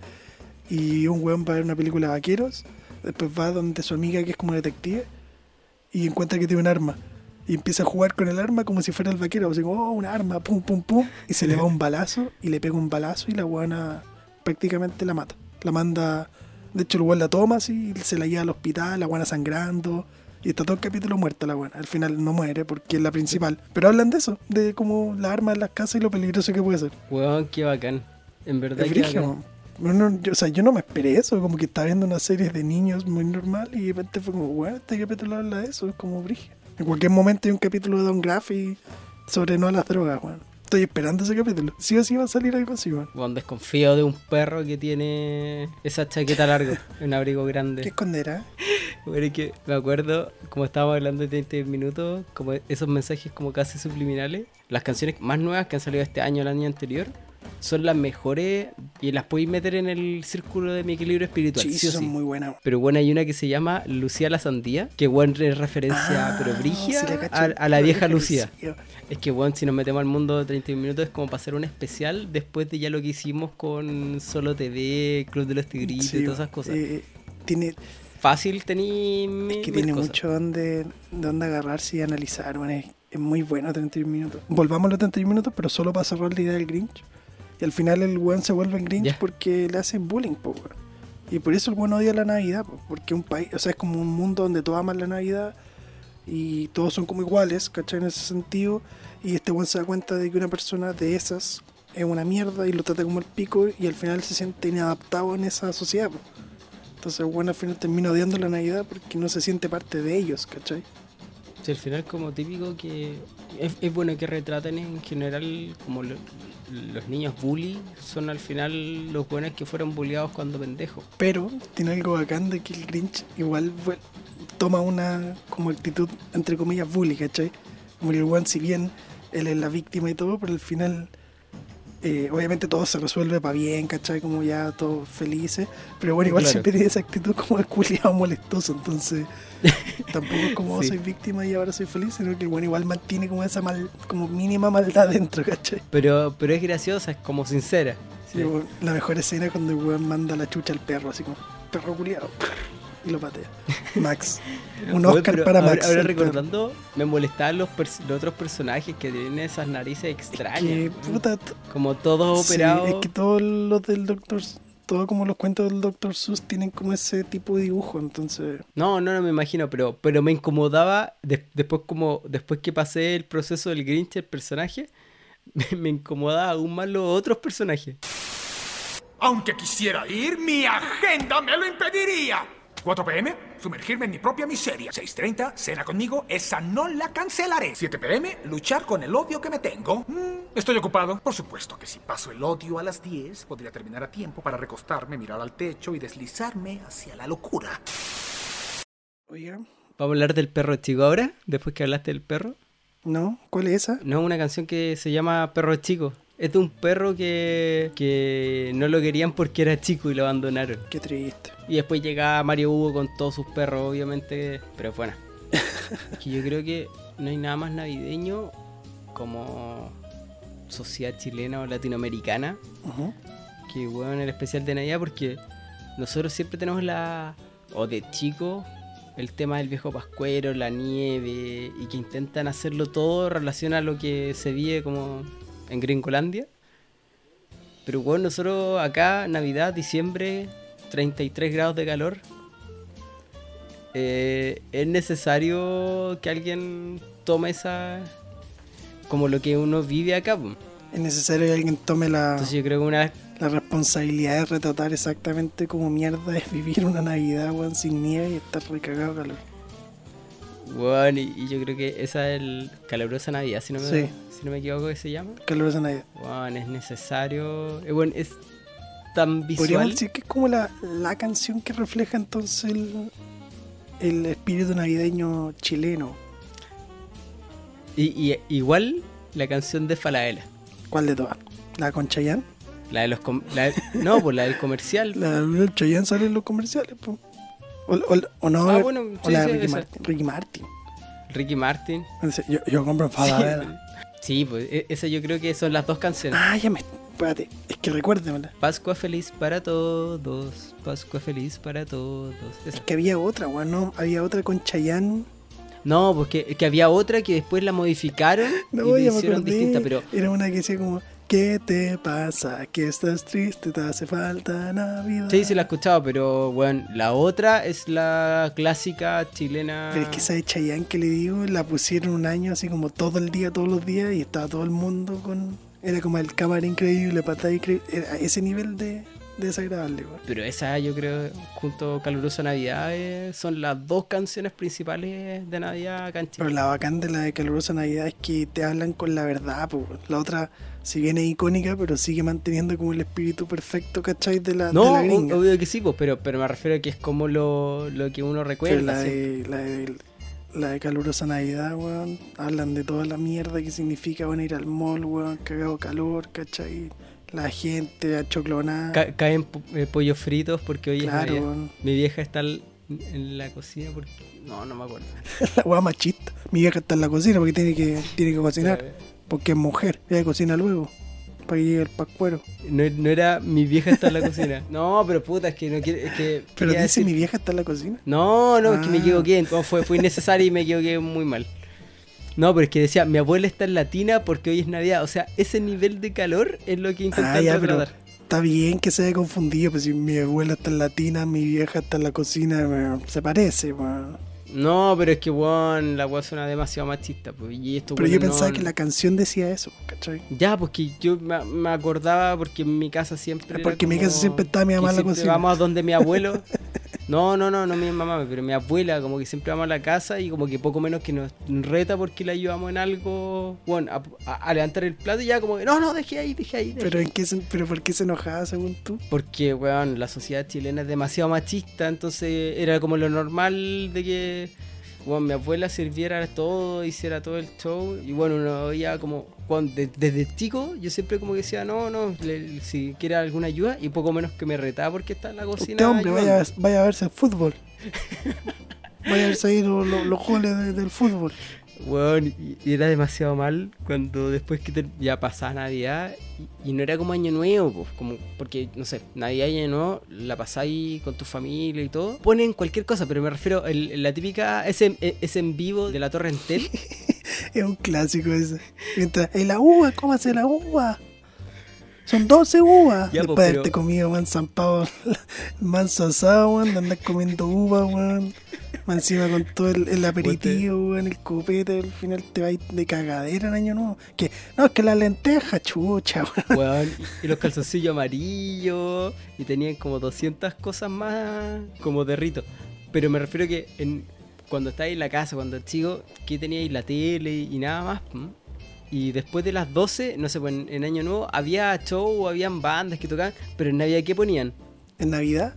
[SPEAKER 2] Y un weón va a ver una película de vaqueros, después va donde su amiga, que es como detective, y encuentra que tiene un arma. Y empieza a jugar con el arma como si fuera el vaquero. Así como, oh, un arma, pum, pum, pum. Y se le va un balazo y le pega un balazo y la guana prácticamente la mata. La manda. De hecho, el weón la toma así, se la lleva al hospital, la guana sangrando. Y está todo el capítulo muerta la guana. Al final no muere porque es la principal. Pero hablan de eso, de como la arma en las casas y lo peligroso que puede ser.
[SPEAKER 1] Weón, qué bacán. En verdad,
[SPEAKER 2] Es
[SPEAKER 1] qué
[SPEAKER 2] brígido,
[SPEAKER 1] bacán.
[SPEAKER 2] man. Uno- yo, o sea, yo no me esperé eso, como que estaba viendo una serie de niños muy normal y de repente fue como, bueno, este capítulo habla de eso, es como brígido. En cualquier momento hay un capítulo de Don Graff y sobre no a las drogas, weón. Estoy esperando ese capítulo. Sí o sí va a salir algo así, weón.
[SPEAKER 1] Weón, desconfío de un perro que tiene esa chaqueta larga, un abrigo grande.
[SPEAKER 2] ¿Qué esconderá?
[SPEAKER 1] Bueno, es que me acuerdo, como estábamos hablando de 30 minutos, como esos mensajes como casi subliminales, las canciones más nuevas que han salido este año o el año anterior son las mejores y las podéis meter en el círculo de mi equilibrio espiritual.
[SPEAKER 2] Sí,
[SPEAKER 1] sí o
[SPEAKER 2] son
[SPEAKER 1] sí.
[SPEAKER 2] muy buenas. weón.
[SPEAKER 1] Pero bueno, hay una que se llama Lucía la Sandía, que bueno, es referencia,
[SPEAKER 2] Ah,
[SPEAKER 1] pero brigia
[SPEAKER 2] sí la cacho.
[SPEAKER 1] a, a la vieja Lucía.
[SPEAKER 2] Lucía.
[SPEAKER 1] Es que bueno, si nos metemos al mundo de 30 minutos es como pasar un especial después de ya lo que hicimos con Solo TV, Club de los Tigritos
[SPEAKER 2] Sí,
[SPEAKER 1] y todas
[SPEAKER 2] weón.
[SPEAKER 1] esas cosas.
[SPEAKER 2] Eh, tiene,
[SPEAKER 1] Fácil tení mil-
[SPEAKER 2] que
[SPEAKER 1] mil
[SPEAKER 2] tiene
[SPEAKER 1] cosas.
[SPEAKER 2] mucho donde, donde agarrarse y analizar, man. Es, es muy bueno 31 minutos. Volvamos a los 31 minutos, pero solo para cerrar la idea del Grinch. Y al final el weón se vuelve el Grinch
[SPEAKER 1] Ya.
[SPEAKER 2] porque le hacen bullying, po, weón. Y por eso el weón odia la Navidad, po, porque un país, o sea, es como un mundo donde todos aman la Navidad y todos son como iguales, ¿cachai? En ese sentido. Y este weón se da cuenta de que una persona de esas es una mierda y lo trata como el pico y al final se siente inadaptado en esa sociedad, po. Entonces, bueno, al final termina odiando la Navidad porque no se siente parte de ellos, ¿cachai?
[SPEAKER 1] Sí, al final como típico que es, es bueno que retraten en general como lo- los niños bully son al final los buenos que fueron bulleados cuando pendejos.
[SPEAKER 2] Pero tiene algo bacán de que el Grinch igual vuel- toma una como actitud, entre comillas, bully, ¿cachai? Como que el weón, si bien él es la víctima y todo, pero al final, eh, obviamente todo se resuelve para bien, ¿cachai? Como ya todos felices. Pero bueno, igual
[SPEAKER 1] Claro.
[SPEAKER 2] siempre tiene esa actitud como de culiado molestoso, entonces tampoco es como "Oh,
[SPEAKER 1] Sí.
[SPEAKER 2] soy víctima y ahora soy feliz, sino que el weón igual mantiene como esa mal, como mínima maldad dentro, ¿cachai?
[SPEAKER 1] Pero, pero es graciosa, es como sincera.
[SPEAKER 2] Sí, weón, La mejor escena es cuando el weón manda la chucha al perro, así como, perro culiado. y lo patea. Max. Un
[SPEAKER 1] Oye,
[SPEAKER 2] Oscar
[SPEAKER 1] pero
[SPEAKER 2] para
[SPEAKER 1] ahora-
[SPEAKER 2] Max.
[SPEAKER 1] Ahora
[SPEAKER 2] el
[SPEAKER 1] recordando, me molestaban los, pers- los otros personajes que tienen esas narices
[SPEAKER 2] perro.
[SPEAKER 1] extrañas.
[SPEAKER 2] Que
[SPEAKER 1] weón.
[SPEAKER 2] puta.
[SPEAKER 1] Como todos
[SPEAKER 2] sí,
[SPEAKER 1] operados.
[SPEAKER 2] es que todos los del Doctor. Todos como los cuentos del Doctor Seuss tienen como ese tipo de dibujo. Entonces.
[SPEAKER 1] No, no, no me imagino, pero, pero me incomodaba des- después como después que pasé el proceso del Grinch, el personaje, me, me incomodaba aún más los otros personajes.
[SPEAKER 6] Aunque quisiera ir, mi agenda me lo impediría. 4 pm, sumergirme en mi propia miseria. 6.30, cena conmigo, esa no la cancelaré. 7 pm, luchar con el odio que me tengo. Mm, estoy ocupado. Por supuesto que si paso el odio a las 10, podría terminar a tiempo para recostarme, mirar al techo y deslizarme hacia la locura.
[SPEAKER 2] Oiga.
[SPEAKER 1] Vamos a hablar del perro chico ahora, después que hablaste del perro.
[SPEAKER 2] ¿No? ¿Cuál es esa?
[SPEAKER 1] No, una canción que se llama Perro Chico. Es de un perro que, que no lo querían porque era chico y lo abandonaron.
[SPEAKER 2] Qué triste.
[SPEAKER 1] Y después llegaba Mario Hugo con todos sus perros, obviamente. Pero es buena. Es que yo creo que no hay nada más navideño como sociedad chilena o latinoamericana
[SPEAKER 2] Ujú.
[SPEAKER 1] que en el especial de Navidad porque nosotros siempre tenemos la. o de chico. El tema del viejo pascuero, la nieve, y que intentan hacerlo todo en relación a lo que se vive como en Gringolandia. Pero bueno, nosotros acá, Navidad, diciembre, 33 grados de calor. eh, es necesario que alguien tome esa. como lo que uno vive acá. po.
[SPEAKER 2] Es necesario que alguien tome la,
[SPEAKER 1] Entonces yo creo que una
[SPEAKER 2] la responsabilidad de retratar exactamente cómo mierda es vivir una Navidad, weón, sin nieve y estar recagado de calor.
[SPEAKER 1] Bueno, y, y yo creo que esa es el calurosa Navidad, si no me,
[SPEAKER 2] Sí.
[SPEAKER 1] si no me equivoco que se llama.
[SPEAKER 2] Calor de Navidad.
[SPEAKER 1] Bueno, es necesario. eh, bueno, es tan
[SPEAKER 2] Podríamos
[SPEAKER 1] visual.
[SPEAKER 2] decir que es como la, la canción que refleja entonces el, el espíritu navideño chileno.
[SPEAKER 1] Y, y- igual la canción de Falaela.
[SPEAKER 2] ¿Cuál de todas? ¿La con Chayanne?
[SPEAKER 1] La de los com- la de- no, pues la del comercial.
[SPEAKER 2] La de Chayanne sale en los comerciales, po. O, o- o no,
[SPEAKER 1] Ah, bueno,
[SPEAKER 2] o
[SPEAKER 1] sí,
[SPEAKER 2] la de
[SPEAKER 1] sí,
[SPEAKER 2] Ricky
[SPEAKER 1] esa.
[SPEAKER 2] Martin. Ricky Martin.
[SPEAKER 1] Ricky Martin.
[SPEAKER 2] Dice, Yo, yo compro en Falabella.
[SPEAKER 1] Sí, pues e- esa yo creo que son las dos canciones.
[SPEAKER 2] Ah, ya me... Espérate, es que recuérdemela.
[SPEAKER 1] Pascua feliz para todos. Pascua feliz para todos.
[SPEAKER 2] Es
[SPEAKER 1] Esa.
[SPEAKER 2] que había otra, weón, ¿no? Había otra con Chayanne.
[SPEAKER 1] No, porque que había otra que después la modificaron
[SPEAKER 2] No,
[SPEAKER 1] y
[SPEAKER 2] ya
[SPEAKER 1] la
[SPEAKER 2] me
[SPEAKER 1] hicieron
[SPEAKER 2] acordé.
[SPEAKER 1] distinta, pero
[SPEAKER 2] Era una que decía como, ¿qué te pasa? Que estás triste, te hace falta Navidad.
[SPEAKER 1] Sí, sí la he escuchado, pero bueno, la otra es la clásica chilena.
[SPEAKER 2] Pero es que esa de Chayanne que le digo, la pusieron un año así como todo el día, todos los días, y estaba todo el mundo con... Era como el cámara increíble, patada increíble. Era ese nivel de, de desagradable, weón.
[SPEAKER 1] Pero esa yo creo, junto a Calurosa Navidad, eh, son las dos canciones principales de Navidad acá en Chile.
[SPEAKER 2] Pero la bacán de la de Calurosa Navidad es que te hablan con la verdad, po. weón. La otra, si bien es icónica, pero sigue manteniendo como el espíritu perfecto, ¿cachai? De la, de
[SPEAKER 1] No,
[SPEAKER 2] la
[SPEAKER 1] ob-
[SPEAKER 2] gringa.
[SPEAKER 1] obvio que sí, pues, pero, pero me refiero a que es como lo, lo que uno
[SPEAKER 2] Pero
[SPEAKER 1] recuerda.
[SPEAKER 2] la
[SPEAKER 1] sí.
[SPEAKER 2] de, la, de, la de calurosa Navidad, weón. Hablan de toda la mierda que significa van a ir al mall, weón. Cagado calor, ¿cachai? La gente a choclonar.
[SPEAKER 1] Ca- caen po- eh, pollos fritos porque hoy
[SPEAKER 2] Claro,
[SPEAKER 1] es Navidad.
[SPEAKER 2] weón.
[SPEAKER 1] Mi vieja está al- en la cocina porque... No, no me acuerdo.
[SPEAKER 2] la weá machista. Mi vieja está en la cocina porque tiene que, tiene que cocinar. Porque es mujer. Ella cocina luego. Para que llegue el pascuero.
[SPEAKER 1] No, no era mi vieja está en la cocina. No, pero puta, es que no quiere... Es que
[SPEAKER 2] Pero
[SPEAKER 1] quería
[SPEAKER 2] dice
[SPEAKER 1] decir-
[SPEAKER 2] mi vieja está en la cocina.
[SPEAKER 1] No, no, es que me
[SPEAKER 2] Ah.
[SPEAKER 1] equivoqué. Entonces fue, fue innecesario y me equivoqué muy mal. No, pero es que decía, mi abuela está en latina porque hoy es Navidad. O sea, ese nivel de calor es lo que
[SPEAKER 2] Ah,
[SPEAKER 1] intentaba
[SPEAKER 2] ya, pero
[SPEAKER 1] retratar.
[SPEAKER 2] está bien que se haya confundido. Pues si mi abuela está en latina, mi vieja está en la cocina, weón, se parece, weón.
[SPEAKER 1] No, pero es que, weón, la weá suena demasiado machista. Pues, y esto,
[SPEAKER 2] Pero yo
[SPEAKER 1] weón, no-
[SPEAKER 2] pensaba que la canción decía eso, ¿cachai?
[SPEAKER 1] Ya, pues que yo me, me acordaba porque en mi casa siempre. era
[SPEAKER 2] Porque en mi
[SPEAKER 1] como-
[SPEAKER 2] casa siempre estaba mi
[SPEAKER 1] que
[SPEAKER 2] mamá en la
[SPEAKER 1] siempre
[SPEAKER 2] cocina.
[SPEAKER 1] Vamos a donde mi abuelo. No, no, no, no mi mamá, pero mi abuela, como que siempre vamos a la casa y como que poco menos que nos reta porque la ayudamos en algo. Bueno, a, a- a levantar el plato y ya como que, no, no, dejé ahí, dejé ahí. dejé
[SPEAKER 2] Pero
[SPEAKER 1] ahí".
[SPEAKER 2] en qué se- pero por qué se enojaba según tú?
[SPEAKER 1] Porque, weón, la sociedad chilena es demasiado machista, entonces era como lo normal de que, weón, mi abuela sirviera todo, hiciera todo el show. Y bueno, uno veía como, weón, de- desde chico yo siempre como que decía, no, no, le- si quiere alguna ayuda, y poco menos que me retaba porque está en la cocina.
[SPEAKER 2] Usted Este hombre
[SPEAKER 1] ayudando.
[SPEAKER 2] vaya, a- vaya a verse el fútbol. Vaya a verse ahí lo- lo- los goles de- del fútbol.
[SPEAKER 1] Weón, y- y era demasiado mal cuando después que ter- ya pasaba Navidad y, y no era como Año Nuevo, po, como porque, no sé, Navidad y Año Nuevo la pasáis con tu familia y todo. Ponen cualquier cosa, pero me refiero a la típica, ese, e- ese en vivo de la Torre Entel.
[SPEAKER 2] Es un clásico ese. Mientras, ¡eh, la uva! ¡Cómase la uva! Son 12 uvas.
[SPEAKER 1] Ya, po,
[SPEAKER 2] Después de haberte
[SPEAKER 1] pero-
[SPEAKER 2] comido, man, zampado, manso asado, weón, de andar comiendo uva, weón. Más encima con todo el, el
[SPEAKER 1] Pues
[SPEAKER 2] aperitivo, weón, el copete, al final te vais de cagadera en año nuevo. Que, no, es que la lenteja, chucha, weón.
[SPEAKER 1] Weón, y los calzoncillos amarillos. Y tenían como 200 cosas más como de rito. Pero me refiero que en, cuando estáis en la casa, cuando chico, que teníais la tele y nada más. ¿m? Y después de las 12, no sé, pues en, en Año Nuevo, había show, habían bandas que tocaban, pero en Navidad, ¿qué ponían?
[SPEAKER 2] En Navidad,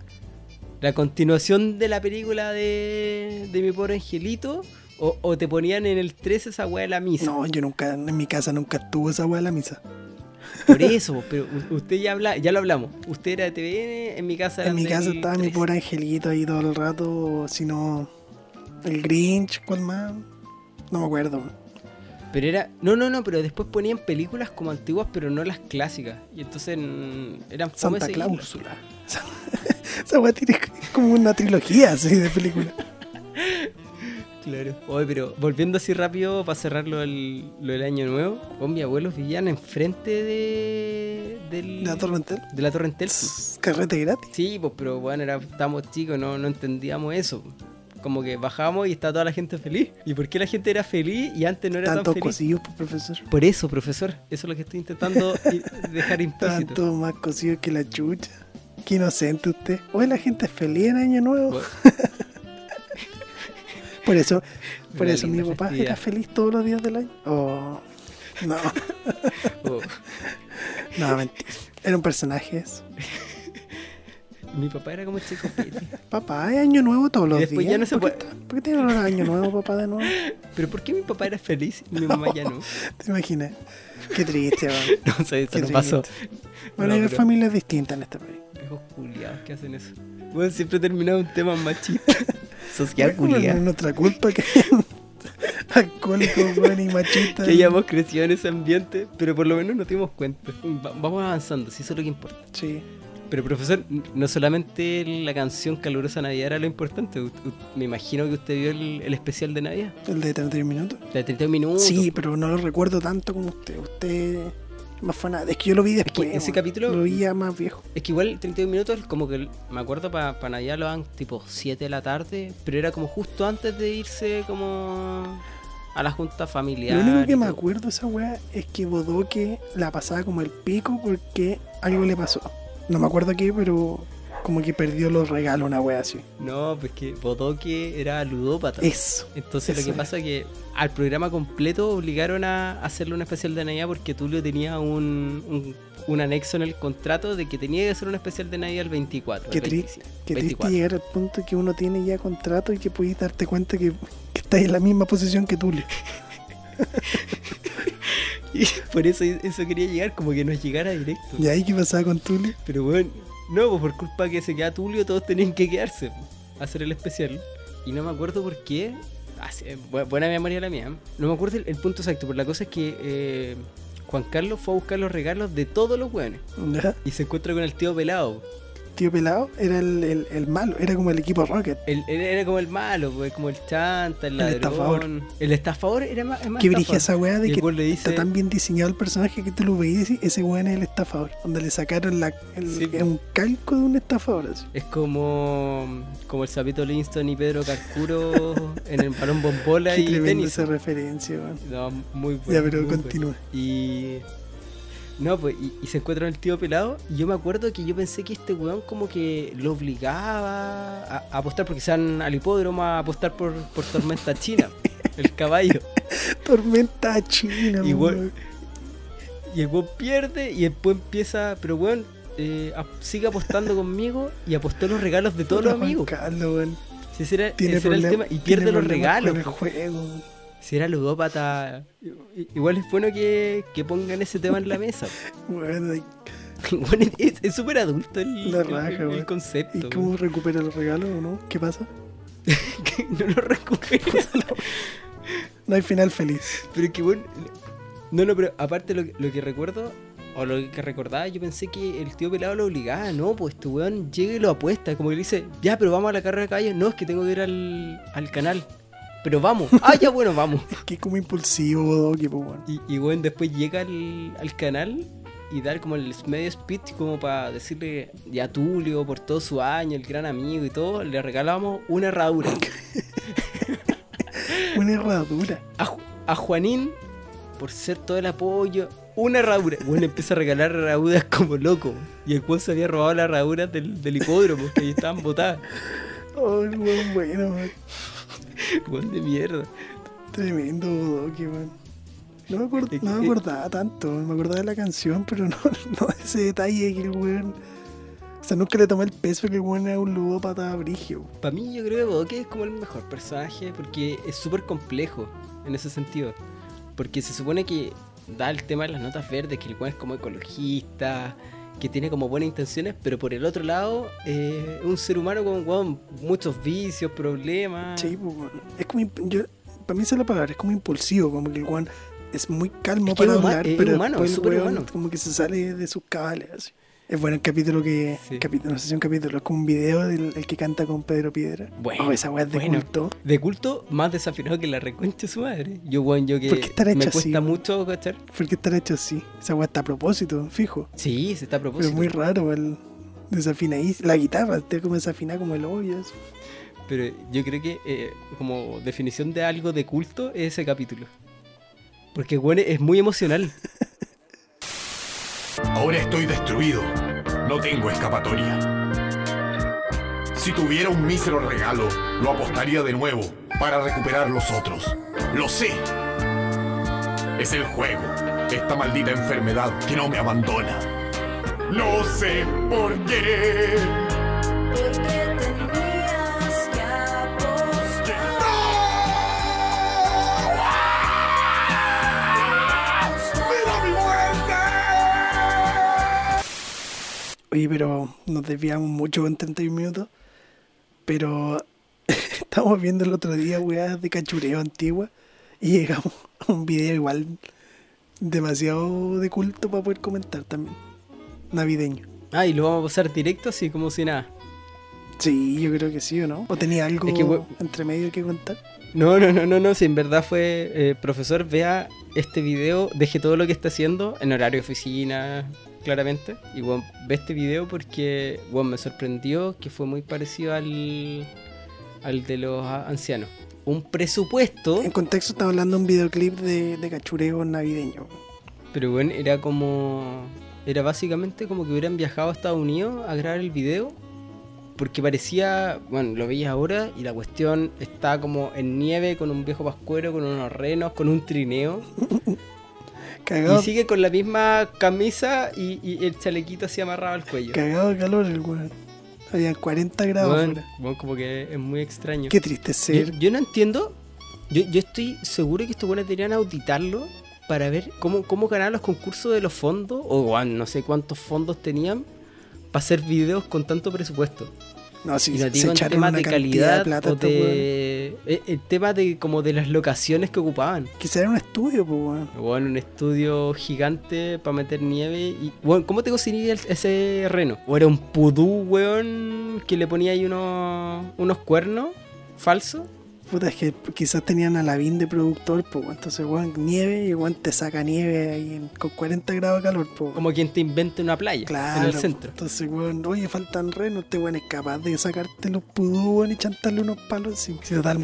[SPEAKER 1] ¿La continuación de la película de, de Mi Pobre Angelito? O, o te ponían en el 13 esa weá de la misa?
[SPEAKER 2] no, yo nunca, en mi casa nunca estuvo esa weá de la misa.
[SPEAKER 1] Por eso, pero u- usted ya habla, ya lo hablamos. Usted era de TVN, en mi casa
[SPEAKER 2] En mi
[SPEAKER 1] eran
[SPEAKER 2] casa
[SPEAKER 1] del
[SPEAKER 2] estaba mi
[SPEAKER 1] 13.
[SPEAKER 2] pobre angelito ahí todo el rato, si no, el Grinch, ¿cuál más? No me acuerdo.
[SPEAKER 1] Pero era. No, no, no, pero después ponían películas como antiguas, pero no las clásicas. Y entonces mm, eran fome
[SPEAKER 2] Santa
[SPEAKER 1] seguirlas.
[SPEAKER 2] Cláusula. Esa- Esa weá tiene como una trilogía así de película.
[SPEAKER 1] Claro. Oye, pero volviendo así rápido para cerrar lo del, lo del año nuevo, con mi abuelos vivían enfrente de. del-
[SPEAKER 2] La Torrentel.
[SPEAKER 1] de la Torrentel.
[SPEAKER 2] Carrete gratis.
[SPEAKER 1] Sí, pues, pero bueno, era, estábamos chicos, no, no entendíamos eso. Como que bajábamos y estaba toda la gente feliz. ¿Y por qué la gente era feliz y antes no era
[SPEAKER 2] Tantos
[SPEAKER 1] tan feliz?
[SPEAKER 2] cosillos, pues, profesor.
[SPEAKER 1] Por eso, profesor, eso es lo que estoy intentando i- dejar implícito.
[SPEAKER 2] Tanto más cosillos que la chucha. Qué inocente usted. Hoy la gente es feliz en Año Nuevo.
[SPEAKER 1] Bueno,
[SPEAKER 2] Por eso, por
[SPEAKER 1] Una
[SPEAKER 2] eso mi
[SPEAKER 1] linda
[SPEAKER 2] papá
[SPEAKER 1] festividad.
[SPEAKER 2] era feliz todos los días del año. Oh, no,
[SPEAKER 1] oh,
[SPEAKER 2] no, mentira. Era un personaje eso.
[SPEAKER 1] mi papá era como chico Pete.
[SPEAKER 2] Papá, es año nuevo todos los
[SPEAKER 1] después
[SPEAKER 2] días.
[SPEAKER 1] ya no se
[SPEAKER 2] ¿Por, qué
[SPEAKER 1] puede-
[SPEAKER 2] está- por qué tiene olor a año nuevo, papá, de nuevo?
[SPEAKER 1] Pero ¿por qué mi papá era feliz y mi mamá ya no?
[SPEAKER 2] ¿Te imaginas? Qué triste, weón.
[SPEAKER 1] No sé, eso
[SPEAKER 2] Qué
[SPEAKER 1] no pasó.
[SPEAKER 2] Bueno,
[SPEAKER 1] No,
[SPEAKER 2] hay
[SPEAKER 1] pero-
[SPEAKER 2] familias distintas en este país.
[SPEAKER 1] Viejos culiados que hacen eso. Bueno, siempre terminaba un tema machista. Social
[SPEAKER 2] Bueno, no es
[SPEAKER 1] culiado.
[SPEAKER 2] nuestra culpa que hayan alcohólicos, weón, y machistas.
[SPEAKER 1] Que hayamos crecido en ese ambiente, pero por lo menos nos dimos cuenta. Va- vamos avanzando, si eso es lo que importa.
[SPEAKER 2] Sí.
[SPEAKER 1] Pero profesor, n- no solamente la canción Calurosa Navidad era lo importante. U- u- me imagino que usted vio el, el especial de Navidad.
[SPEAKER 2] ¿El de 31 minutos?
[SPEAKER 1] La de 31 minutos.
[SPEAKER 2] Sí, pero no lo recuerdo tanto como usted. Usted es más fanático. Es que yo lo vi después.
[SPEAKER 1] ese
[SPEAKER 2] weón.
[SPEAKER 1] capítulo-
[SPEAKER 2] Lo vi ya más viejo.
[SPEAKER 1] Es que igual 31 minutos, como que me acuerdo para Navidad lo dan tipo 7 de la tarde, pero era como justo antes de irse como a la junta familiar.
[SPEAKER 2] Lo único
[SPEAKER 1] y
[SPEAKER 2] que me
[SPEAKER 1] todo.
[SPEAKER 2] acuerdo de esa weá es que Bodoque la pasaba como el pico porque algo le pasó. No me acuerdo qué, pero como que perdió los regalos, una weá así.
[SPEAKER 1] No, pues que Bodoque era ludópata.
[SPEAKER 2] Eso.
[SPEAKER 1] Entonces
[SPEAKER 2] eso
[SPEAKER 1] lo que
[SPEAKER 2] era.
[SPEAKER 1] pasa es que al programa completo obligaron a hacerle un especial de Navidad porque Tulio tenía un, un, un anexo en el contrato de que tenía que hacer un especial de Navidad el 24.
[SPEAKER 2] Qué
[SPEAKER 1] el
[SPEAKER 2] triste,
[SPEAKER 1] 25,
[SPEAKER 2] Qué triste
[SPEAKER 1] 24.
[SPEAKER 2] llegar al punto que uno tiene ya contrato y que puedes darte cuenta que, que estás en la misma posición que tú.
[SPEAKER 1] Y por eso eso quería llegar, como que nos llegara directo.
[SPEAKER 2] ¿Y ahí qué pasaba con Tuli?
[SPEAKER 1] Pero bueno, no, pues por culpa que se queda Tulio, todos tenían que quedarse a hacer el especial. Y no me acuerdo por qué. Ah, sí, bu- buena memoria la mía. ¿eh? No me acuerdo el, el punto exacto, pero la cosa es que eh, Juan Carlos fue a buscar los regalos de todos los hueones.
[SPEAKER 2] ¿Ya?
[SPEAKER 1] Y se encuentra con el tío pelado.
[SPEAKER 2] Tío Pelado era el, el- el malo, era como el equipo Rocket.
[SPEAKER 1] El- él era como el malo, pues, como el chanta, el
[SPEAKER 2] El
[SPEAKER 1] ladrón. El estafador.
[SPEAKER 2] estafador.
[SPEAKER 1] era más. es más
[SPEAKER 2] Qué brilla
[SPEAKER 1] estafador.
[SPEAKER 2] esa weá
[SPEAKER 1] Y
[SPEAKER 2] de
[SPEAKER 1] el
[SPEAKER 2] que
[SPEAKER 1] güey le dice.
[SPEAKER 2] está tan bien diseñado el personaje que tú lo veías y decís, ese weón es el estafador. Donde le sacaron la, el-
[SPEAKER 1] Sí.
[SPEAKER 2] es un calco de un estafador. así.
[SPEAKER 1] Es como, como el sapito Livingston y Pedro Carcuro en el balón bombola
[SPEAKER 2] Qué
[SPEAKER 1] y
[SPEAKER 2] tremenda
[SPEAKER 1] tenis.
[SPEAKER 2] esa referencia, weón.
[SPEAKER 1] No, muy bueno.
[SPEAKER 2] Ya, pero
[SPEAKER 1] muy bueno.
[SPEAKER 2] continúa.
[SPEAKER 1] Y. No, pues, y, y se encuentran el tío pelado. Y yo me acuerdo que yo pensé que este weón como que lo obligaba a, a apostar, porque se van al hipódromo a apostar por, por Tormenta China, el caballo.
[SPEAKER 2] Tormenta china,
[SPEAKER 1] Y
[SPEAKER 2] weón.
[SPEAKER 1] weón- Y el weón pierde y después empieza, pero weón, eh, ap- sigue apostando conmigo y apostó los regalos de todos los
[SPEAKER 2] Puta, Juan
[SPEAKER 1] amigos.
[SPEAKER 2] Carlos, weón.
[SPEAKER 1] Si ese era,
[SPEAKER 2] Tiene
[SPEAKER 1] ese era el
[SPEAKER 2] problem-
[SPEAKER 1] tema, y
[SPEAKER 2] tiene
[SPEAKER 1] pierde los
[SPEAKER 2] problemas
[SPEAKER 1] regalos.
[SPEAKER 2] con el
[SPEAKER 1] po.
[SPEAKER 2] juego, weón.
[SPEAKER 1] Si era ludópata, i- i- igual es bueno que, que pongan ese tema en la mesa.
[SPEAKER 2] Weón, hay
[SPEAKER 1] Igual es- es es súper adulto el,
[SPEAKER 2] La
[SPEAKER 1] el-
[SPEAKER 2] raja,
[SPEAKER 1] el
[SPEAKER 2] weón.
[SPEAKER 1] concepto.
[SPEAKER 2] ¿Y
[SPEAKER 1] weón.
[SPEAKER 2] cómo recupera los regalos o no? ¿Qué pasa?
[SPEAKER 1] Que no lo recupera.
[SPEAKER 2] No hay final feliz.
[SPEAKER 1] Pero es que bueno. No, no, pero aparte lo, que- lo que recuerdo, o lo que recordaba, yo pensé que el tío pelado lo obligaba, no, pues tu weón llega y lo apuesta, como que le dice, ya, pero vamos a la carrera de caballos, no, es que tengo que ir al, al canal. Pero vamos, ah, ya bueno, vamos.
[SPEAKER 2] Es que es como impulsivo, Bodoque, pues, weón.
[SPEAKER 1] Y, y bueno, después llega al, al canal y dar como el medio speech como para decirle ya a Tulio por todo su año, el gran amigo y todo, le regalamos una herradura.
[SPEAKER 2] Una herradura.
[SPEAKER 1] A, Ju- a Juanín, por ser todo el apoyo, una herradura. Bueno, empieza a regalar herraduras como loco. Y el cual se había robado las herraduras del, del hipódromo, que ahí estaban botadas.
[SPEAKER 2] Oh, el weón, bueno, weón.
[SPEAKER 1] Weón de mierda.
[SPEAKER 2] Tremendo Bodoque, weón. No me, acuer-
[SPEAKER 1] Es que-
[SPEAKER 2] no me acordaba tanto, me acordaba de la canción, pero no, no de ese detalle de que el weón. O sea, nunca le tomé el peso que el weón era un ludópata brigio.
[SPEAKER 1] Para mí yo creo que Bodoque es como el mejor personaje porque es súper complejo en ese sentido. Porque se supone que da el tema de las notas verdes, que el cual es como ecologista, que tiene como buenas intenciones, pero por el otro lado eh, es un ser humano con weón, muchos vicios, problemas.
[SPEAKER 2] Sí, pues, weón. Es como. imp- Yo, para mí esa es la palabra, es como impulsivo, como que el weón es muy calmo
[SPEAKER 1] Es que es
[SPEAKER 2] para
[SPEAKER 1] huma-
[SPEAKER 2] hablar,
[SPEAKER 1] es
[SPEAKER 2] pero
[SPEAKER 1] humano,
[SPEAKER 2] después
[SPEAKER 1] es
[SPEAKER 2] el
[SPEAKER 1] superhumano.
[SPEAKER 2] weón como que se sale de sus cabales. Así. Es bueno el capítulo que.
[SPEAKER 1] Sí.
[SPEAKER 2] capítulo- no sé si un capítulo, es como un video del el que canta con Pedro Piedra.
[SPEAKER 1] Bueno,
[SPEAKER 2] Oh, esa weá es de
[SPEAKER 1] bueno.
[SPEAKER 2] culto.
[SPEAKER 1] De culto, más desafinado que la reconcha de su madre. Yo, weón, yo que
[SPEAKER 2] ¿Por qué estará
[SPEAKER 1] me
[SPEAKER 2] hecho así,
[SPEAKER 1] cuesta
[SPEAKER 2] weón?
[SPEAKER 1] mucho, ¿cachar?
[SPEAKER 2] ¿Por qué estará hecho así? Esa weá está a propósito, fijo.
[SPEAKER 1] Sí, se está a
[SPEAKER 2] Pero
[SPEAKER 1] propósito.
[SPEAKER 2] es muy raro el ahí La guitarra está como desafinada como el hoyo. eso.
[SPEAKER 1] Pero yo creo que eh, como definición de algo de culto es ese capítulo. Porque bueno, es muy emocional.
[SPEAKER 7] Ahora estoy destruido. No tengo escapatoria. Si tuviera un mísero regalo, lo apostaría de nuevo para recuperar los otros. Lo sé. Es el juego. Esta maldita enfermedad que no me abandona. Lo sé por qué.
[SPEAKER 8] Porque tenías que apostar.
[SPEAKER 7] ¡Mira mi muerte!
[SPEAKER 2] Oye, pero nos desviamos mucho en 31 minutos. Pero estábamos viendo el otro día weas de cachureo antigua. Y llegamos a un video igual demasiado de culto para poder comentar también. Navideño.
[SPEAKER 1] Ah, y lo vamos a pasar directo así como si nada.
[SPEAKER 2] Sí, yo creo que sí, ¿o no? ¿O tenía algo
[SPEAKER 1] Es que we-
[SPEAKER 2] entre medio que contar?
[SPEAKER 1] No, no, no, no, no. Si en verdad fue, eh, profesor, vea este video, deje todo lo que está haciendo en horario de oficina, claramente. Y bueno, ve este video porque, bueno, me sorprendió que fue muy parecido al, al de los a- ancianos. Un presupuesto,
[SPEAKER 2] En contexto estaba hablando de un videoclip de, de cachureo navideño.
[SPEAKER 1] pero bueno, era como. Era básicamente como que hubieran viajado a Estados Unidos a grabar el video. Porque parecía, bueno, lo veías ahora y la cuestión está como en nieve con un viejo pascuero, con unos renos, con un trineo.
[SPEAKER 2] Cagado,
[SPEAKER 1] Y sigue con la misma camisa y, y el chalequito así amarrado al cuello.
[SPEAKER 2] cagado de calor el weón. Había 40 grados
[SPEAKER 1] Weón,
[SPEAKER 2] afuera.
[SPEAKER 1] weón, como que es muy extraño.
[SPEAKER 2] Qué triste
[SPEAKER 1] Yo,
[SPEAKER 2] ser.
[SPEAKER 1] yo no entiendo. Yo, yo estoy seguro que estos buenos deberían auditarlo para ver cómo, cómo ganaban los concursos de los fondos, o weón, no sé cuántos fondos tenían, para hacer videos con tanto presupuesto.
[SPEAKER 2] No, sí,
[SPEAKER 1] Y no
[SPEAKER 2] se,
[SPEAKER 1] digo en
[SPEAKER 2] echaron
[SPEAKER 1] temas
[SPEAKER 2] una
[SPEAKER 1] de
[SPEAKER 2] cantidad
[SPEAKER 1] calidad,
[SPEAKER 2] de plata
[SPEAKER 1] o
[SPEAKER 2] estos weones.
[SPEAKER 1] de, eh, el tema de como de las locaciones que ocupaban.
[SPEAKER 2] Quizá era un estudio, pues weón.
[SPEAKER 1] Bueno, un estudio gigante para meter nieve y... Bueno, ¿cómo te conseguí ese reno? ¿O era un pudú, weón, que le ponía ahí unos, unos cuernos falsos?
[SPEAKER 2] Puta, es que quizás tenían a Lavín de productor, pues weón. Entonces, weón, nieve y weón te saca nieve ahí en- con 40 grados de calor, pues weón.
[SPEAKER 1] Como quien te inventa una playa
[SPEAKER 2] Claro.
[SPEAKER 1] en el centro.
[SPEAKER 2] Entonces, weón, oye, faltan renos. Este weón es capaz de sacarte los pudú, weón, y chantarle unos palos encima. Si total,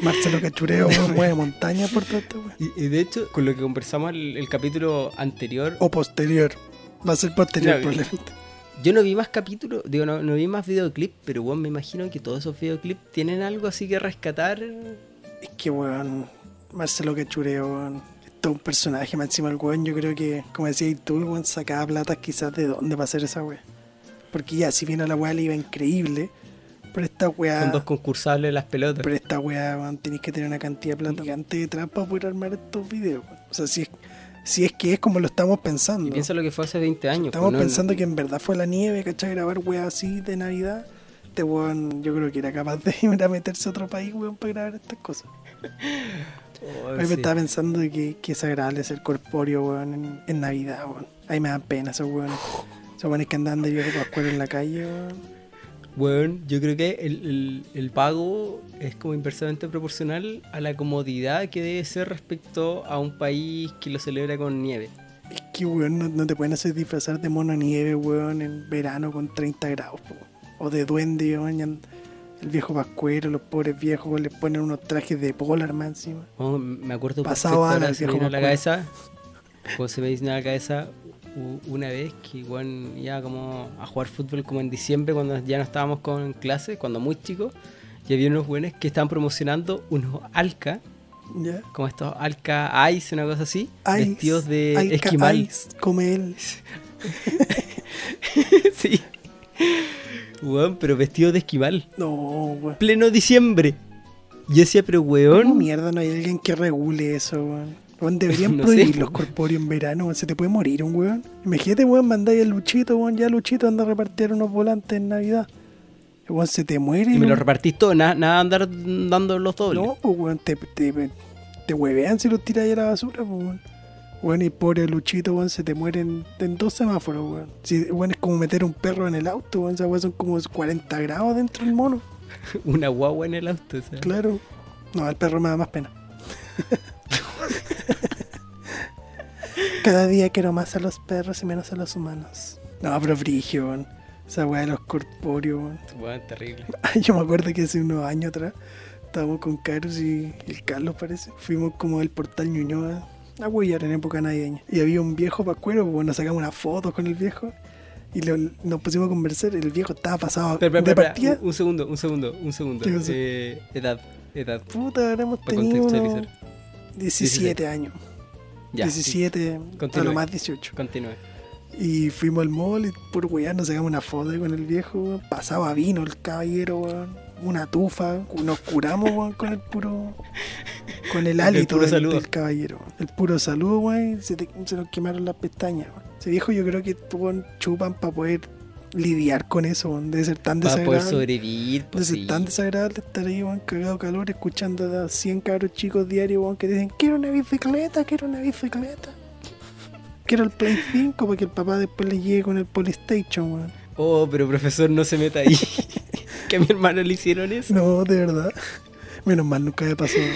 [SPEAKER 2] Marcelo Cachureo, weón, mueve montañas por todo este weón.
[SPEAKER 1] Y, y de hecho, con lo que conversamos el, el capítulo anterior,
[SPEAKER 2] O posterior. Va a ser posterior,
[SPEAKER 1] Ya,
[SPEAKER 2] probablemente.
[SPEAKER 1] yo no vi más capítulos, digo, no, no vi más videoclips, pero bueno, me imagino que todos esos videoclips tienen algo así que rescatar.
[SPEAKER 2] Es que, weón, Marcelo Cachureo, weón. Es todo un personaje, más encima el weón. Yo creo que, como decías tú, el weón, sacaba plata quizás de dónde va a ser esa weá. Porque ya, si bien a la weá le iba increíble, pero esta
[SPEAKER 1] Son
[SPEAKER 2] weá.
[SPEAKER 1] dos concursales las pelotas.
[SPEAKER 2] Ah. Pero esta weá, weón, tenéis que tener una cantidad de plata gigante detrás para poder armar estos videos, weón. O sea, si es, si es que es como lo estamos pensando.
[SPEAKER 1] Y piensa lo que fue hace 20 años.
[SPEAKER 2] Estamos
[SPEAKER 1] pues, no-
[SPEAKER 2] pensando que en verdad fue la nieve, ¿cachai? Grabar weá así de Navidad. Este weón, yo creo que era capaz de ir a meterse a otro país, weón, para grabar estas cosas.
[SPEAKER 1] Oh,
[SPEAKER 2] Hoy
[SPEAKER 1] sí.
[SPEAKER 2] me estaba pensando de que, que es agradable ser corpóreo, weón, en, en Navidad, weón. Ahí me dan pena esos weones. Esos weones que andan de viejo pascual en la calle, weón.
[SPEAKER 1] Weón, yo creo que el, el- el pago es como inversamente proporcional a la comodidad que debe ser respecto a un país que lo celebra con nieve.
[SPEAKER 2] Es que, weón, no, no te pueden hacer disfrazar de mono nieve, weón, en verano con 30 grados, po. O de duende, weón. y an- El viejo pascuero, los pobres viejos, weón, les ponen unos trajes de polar, man, encima.
[SPEAKER 1] Oh, me acuerdo
[SPEAKER 2] Pasaba
[SPEAKER 1] perfecto,
[SPEAKER 2] Ana,
[SPEAKER 1] ahora se me
[SPEAKER 2] viejo
[SPEAKER 1] vino a la
[SPEAKER 2] Pascual.
[SPEAKER 1] cabeza. Cuando se me vino a la cabeza u- una vez que igual ya como a jugar fútbol como en diciembre cuando ya no estábamos con clases, cuando muy chicos, y había unos buenos que estaban promocionando unos alca,
[SPEAKER 2] ¿Ya?
[SPEAKER 1] como estos alca ice, una cosa así, vestidos de
[SPEAKER 2] Alca
[SPEAKER 1] esquimal.
[SPEAKER 2] Ice, come él.
[SPEAKER 1] sí. Weón, pero vestidos de esquimal.
[SPEAKER 2] No, weón.
[SPEAKER 1] Pleno diciembre. Yo decía, pero
[SPEAKER 2] ¿Cómo
[SPEAKER 1] weón.
[SPEAKER 2] mierda no hay alguien que regule eso, weón? Weón, deberían
[SPEAKER 1] No sé,
[SPEAKER 2] prohibir
[SPEAKER 1] weón.
[SPEAKER 2] los corpóreos en verano, weón. Se te puede morir un weón. Imagínate, weón, mandáis al Luchito, weón. Ya Luchito anda a repartir unos volantes en Navidad. Weón, se te muere.
[SPEAKER 1] Y me lo
[SPEAKER 2] weón.
[SPEAKER 1] repartís todo, nada, nada de andar dando los dobles.
[SPEAKER 2] No, pues, weón, te, te, te huevean si los tiras a la basura, pues, weón. Weón, y pobre Luchito, weón, se te mueren en dos semáforos, weón. Si, weón, es como meter un perro en el auto, weón. Esa weón son como 40 grados dentro del mono.
[SPEAKER 1] Una guagua en el auto, o sea.
[SPEAKER 2] Claro. No, el perro me da más pena. Cada día quiero más a los perros y menos a los humanos. No, pero frigio, weón. Esa weá de los corpóreos, weón.
[SPEAKER 1] Weón, terrible.
[SPEAKER 2] Yo me acuerdo que hace unos años atrás estábamos con Carlos y el Carlos, parece. Fuimos como al portal Ñuñoa a huellar en época navideña. Y había un viejo pascuero, pues nos sacamos una foto con el viejo y lo- nos pusimos a conversar. El viejo estaba pasado
[SPEAKER 1] Espera,
[SPEAKER 2] de
[SPEAKER 1] espera, espera,
[SPEAKER 2] partida.
[SPEAKER 1] Un, un segundo, un segundo, un segundo.
[SPEAKER 2] ¿Qué pasó?
[SPEAKER 1] Eh, edad, edad.
[SPEAKER 2] Puta, habremos
[SPEAKER 1] Para
[SPEAKER 2] tenido unos
[SPEAKER 1] contextualizar.
[SPEAKER 2] 17 años.
[SPEAKER 1] Ya.
[SPEAKER 2] 17, a lo
[SPEAKER 1] Continúe.
[SPEAKER 2] más 18.
[SPEAKER 1] Continúe.
[SPEAKER 2] Y fuimos al mall y por weá nos sacamos una foto con el viejo, weón. Pasaba vino el caballero, weón. Una tufa, nos curamos, weón, con el puro. Con el hálito
[SPEAKER 1] puro
[SPEAKER 2] del,
[SPEAKER 1] saludo.
[SPEAKER 2] del caballero. weón. El puro saludo, weón. y Se, te- se nos quemaron las pestañas, weón. Ese viejo yo creo que weón, chupan para poder lidiar con eso, weón. Debe ser tan
[SPEAKER 1] Para poder
[SPEAKER 2] desagradable.
[SPEAKER 1] sobrevivir, pues
[SPEAKER 2] Entonces
[SPEAKER 1] sí.
[SPEAKER 2] es tan desagradable estar ahí, weón, cagado calor, escuchando a 100 cabros chicos diarios, weón, que dicen, quiero una bicicleta, quiero una bicicleta. Quiero el Play 5 para que el papá después le llegue con el Polystation, weón.
[SPEAKER 1] Oh, pero profesor, no se meta ahí. que a mi hermano le hicieron eso.
[SPEAKER 2] No, de verdad. Menos mal, nunca me pasó, weón.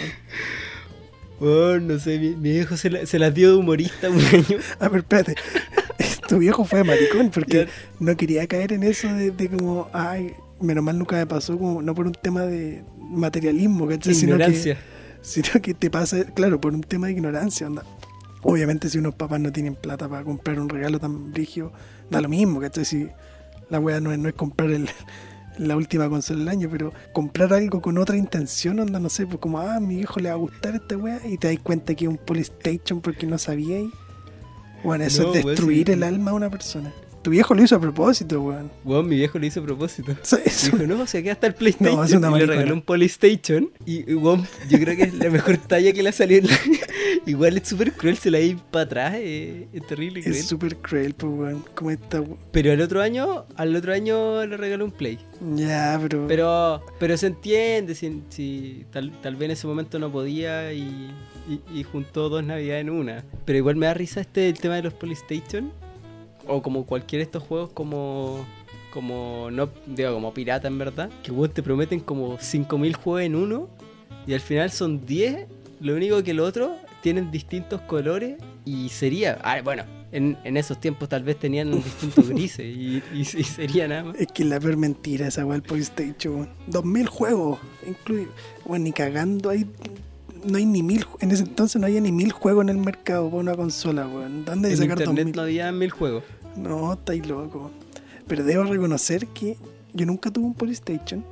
[SPEAKER 1] Weón, no sé, mi, mi viejo se, la- se las dio de humorista un año.
[SPEAKER 2] A ver, espérate. tu viejo fue maricón
[SPEAKER 1] Ya.
[SPEAKER 2] porque no quería caer en eso de, de como, ay, menos mal nunca me pasó, como no por un tema de materialismo, ¿cachai? Sino que-
[SPEAKER 1] Ignorancia.
[SPEAKER 2] sino que te pasa, claro, por un tema de ignorancia, onda. Obviamente si unos papás no tienen plata para comprar un regalo tan brígido, da lo mismo, ¿cachai? Si la wea no es, no es comprar el- la última consola del año, pero comprar algo con otra intención, onda, no sé, pues como, ah, a mi hijo le va a gustar esta wea, y te das cuenta que es un Polystation porque no sabía y... Bueno, eso
[SPEAKER 1] No,
[SPEAKER 2] es
[SPEAKER 1] wea,
[SPEAKER 2] destruir
[SPEAKER 1] sí.
[SPEAKER 2] el alma de una persona. Tu viejo lo hizo a propósito, weón.
[SPEAKER 1] Weón, mi viejo lo hizo a propósito.
[SPEAKER 2] O sea, es
[SPEAKER 1] Dijo, no, se queda hasta el PlayStation.
[SPEAKER 2] No, es una
[SPEAKER 1] y le
[SPEAKER 2] maricona.
[SPEAKER 1] regaló un Polystation. Y, y, weón, yo creo que es la mejor talla que le ha salido. en la- Igual es súper cruel, se la di para atrás. eh, es terrible. cruel.
[SPEAKER 2] es súper cruel, pues, weón. Como esta... we-
[SPEAKER 1] Pero al otro año, al otro año le regaló un Play.
[SPEAKER 2] Ya, pero...
[SPEAKER 1] Pero, pero se entiende, si, si tal, tal vez en ese momento no podía y, y- y juntó dos navidades en una. Pero igual me da risa este el tema de los Polystation. O como cualquier de estos juegos como. como no digo como pirata en verdad. Que vos te prometen como 5000 juegos en uno. Y al final son 10. Lo único que el otro tienen distintos colores. Y sería. ah, bueno, en, en esos tiempos tal vez tenían distintos grises. Y, y- y sería nada más.
[SPEAKER 2] Es que la peor mentira esa weá del PlayStation. weón. 2000 juegos, incluido. Bueno, ni cagando, hay, no hay ni mil. ju- En ese entonces no había ni mil juegos en el mercado para una consola, weón. ¿Dónde hay
[SPEAKER 1] En
[SPEAKER 2] sacar
[SPEAKER 1] internet
[SPEAKER 2] 2000?
[SPEAKER 1] no había mil juegos.
[SPEAKER 2] No, estáis loco. Pero debo reconocer que yo nunca tuve un PlayStation.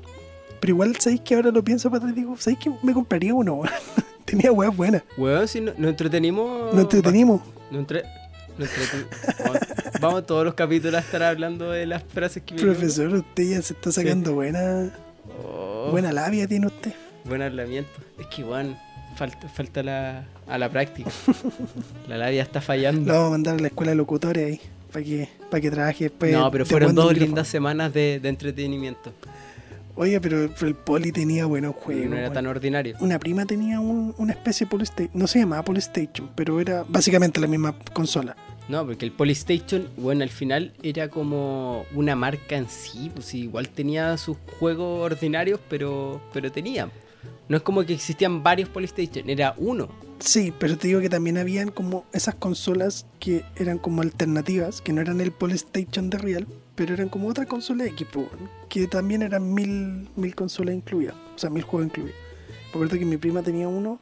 [SPEAKER 2] Pero igual, ¿sabéis que ahora lo pienso para atrás? y Digo, ¿sabéis que me compraría uno, weón? Tenía weas buenas.
[SPEAKER 1] Weón, si no- nos entretenimos.
[SPEAKER 2] Nos entretenimos.
[SPEAKER 1] Nos entre- nos entretu- Vamos, vamos todos los capítulos a estar hablando de las frases que vinieron.
[SPEAKER 2] Profesor, usted ya se está sacando buena,
[SPEAKER 1] Oh,
[SPEAKER 2] buena labia, tiene usted.
[SPEAKER 1] Buen hablamiento. Es que, weón, falta, falta la, a la práctica. la labia está
[SPEAKER 2] Lo
[SPEAKER 1] fallando.
[SPEAKER 2] vamos a mandar a la escuela de locutores ahí. Para que, para que trabaje después.
[SPEAKER 1] no, pero
[SPEAKER 2] de
[SPEAKER 1] fueron
[SPEAKER 2] cuando
[SPEAKER 1] dos
[SPEAKER 2] el micrófono.
[SPEAKER 1] lindas semanas de, de entretenimiento.
[SPEAKER 2] Oye, pero, pero el poli tenía buenos juegos.
[SPEAKER 1] no era
[SPEAKER 2] weón.
[SPEAKER 1] tan ordinario.
[SPEAKER 2] Una prima tenía un- una especie de Polystation. No se llamaba Polystation, pero era básicamente la misma consola.
[SPEAKER 1] No, porque el Polystation, bueno, al final era como una marca en sí, pues igual tenía sus juegos ordinarios, pero, pero tenía. No es como que existían varios Polystation, era uno.
[SPEAKER 2] Sí, pero te digo que también habían como esas consolas que eran como alternativas, que no eran el Polystation de Real, pero eran como otra consola de equipo, que también eran mil, mil consolas incluidas, o sea, mil juegos incluidos. Recuerdo que mi prima tenía uno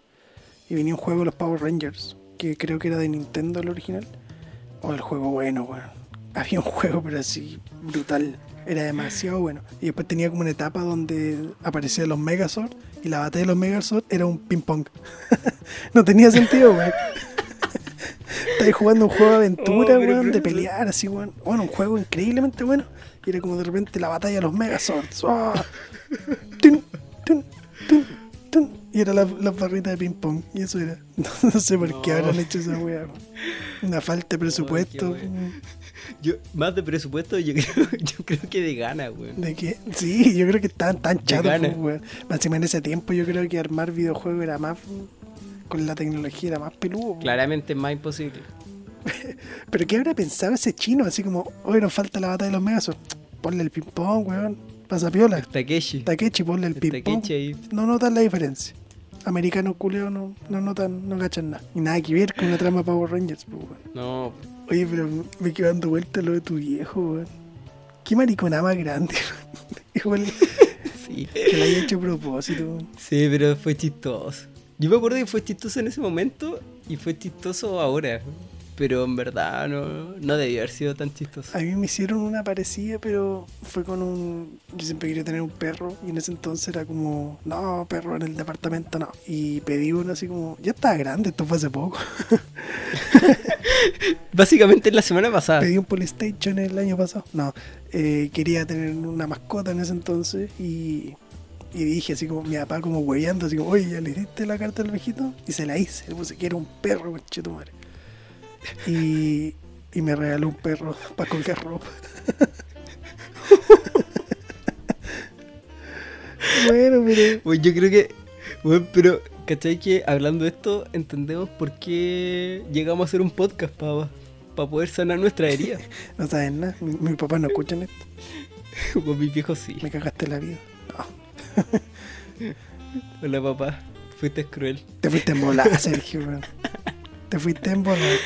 [SPEAKER 2] y venía un juego de los Power Rangers, que creo que era de Nintendo el original. O oh, el juego bueno, weón. Había un juego, pero así, brutal. Era demasiado bueno. Y después tenía como una etapa donde aparecían los Megazord y la batalla de los Megazord era un ping-pong. no tenía sentido, weón. Estabas jugando un juego de aventura,
[SPEAKER 1] Oh, pero
[SPEAKER 2] weón, de
[SPEAKER 1] claro.
[SPEAKER 2] pelear, así, weón. Bueno, un juego increíblemente bueno. Y era como de repente la batalla de los Megazords. ¡Ah! Tun, tun, tun, tun. Y era la, la barrita de ping pong. Y eso era. No, sé por qué
[SPEAKER 1] No.
[SPEAKER 2] habrán hecho esa weá. Una falta de presupuesto.
[SPEAKER 1] Ay, qué Yo, más de presupuesto, yo creo, yo creo que de gana, güey.
[SPEAKER 2] ¿De qué? Sí, yo creo que estaban tan chatos,
[SPEAKER 1] ganas.
[SPEAKER 2] pues, weón. Más encima en ese tiempo yo creo que armar videojuegos era más. Con la tecnología era más peludo. pues.
[SPEAKER 1] Claramente es más imposible.
[SPEAKER 2] Pero ¿qué habrá pensado ese chino? Así como, oye, nos falta la batalla de los megazos. Ponle el ping pong, weón. Pasa piola.
[SPEAKER 1] Takeshi.
[SPEAKER 2] Takechi, ponle el
[SPEAKER 1] El
[SPEAKER 2] ping pong.
[SPEAKER 1] Takechi ahí.
[SPEAKER 2] No notan la diferencia. Americanos culeos no, no notan, no cachan nada. Y nada que ver con la trama Power Rangers, pues, weón.
[SPEAKER 1] No,
[SPEAKER 2] Oye, pero me quedo dando vuelta lo de tu viejo, weón. Qué mariconada más grande. Igual
[SPEAKER 1] sí.
[SPEAKER 2] que lo haya hecho a propósito. weón.
[SPEAKER 1] Sí, pero fue chistoso. Yo me acuerdo que fue chistoso en ese momento y fue chistoso ahora. Pero en verdad no, no debió haber sido tan chistoso.
[SPEAKER 2] A mí me hicieron una parecida, pero fue con un... Yo siempre quería tener un perro y en ese entonces era como, no, perro en el departamento, no. Y pedí uno así como, ya estaba grande, esto fue hace poco.
[SPEAKER 1] Básicamente la semana pasada.
[SPEAKER 2] Pedí un Polystation el año pasado. No, eh, quería tener una mascota en ese entonces y, y dije así como mi papá como hueveando, así como, oye, ¿ya le diste la carta al viejito? Y se la hice, le puse que era un perro, conchetumare. Y, y me regaló un perro para colgar ropa. bueno, pero...
[SPEAKER 1] Bueno, yo creo que. Bueno, pero, ¿cachai? Que hablando de esto, entendemos por qué llegamos a hacer un podcast, para poder sanar nuestra herida.
[SPEAKER 2] No sabes nada, mi, mi papá no escucha esto,
[SPEAKER 1] Con mis viejos sí.
[SPEAKER 2] me cagaste la vida. No,
[SPEAKER 1] Hola, papá. Fuiste cruel.
[SPEAKER 2] te fuiste en volar, Sergio, weón. Te fuiste en volar.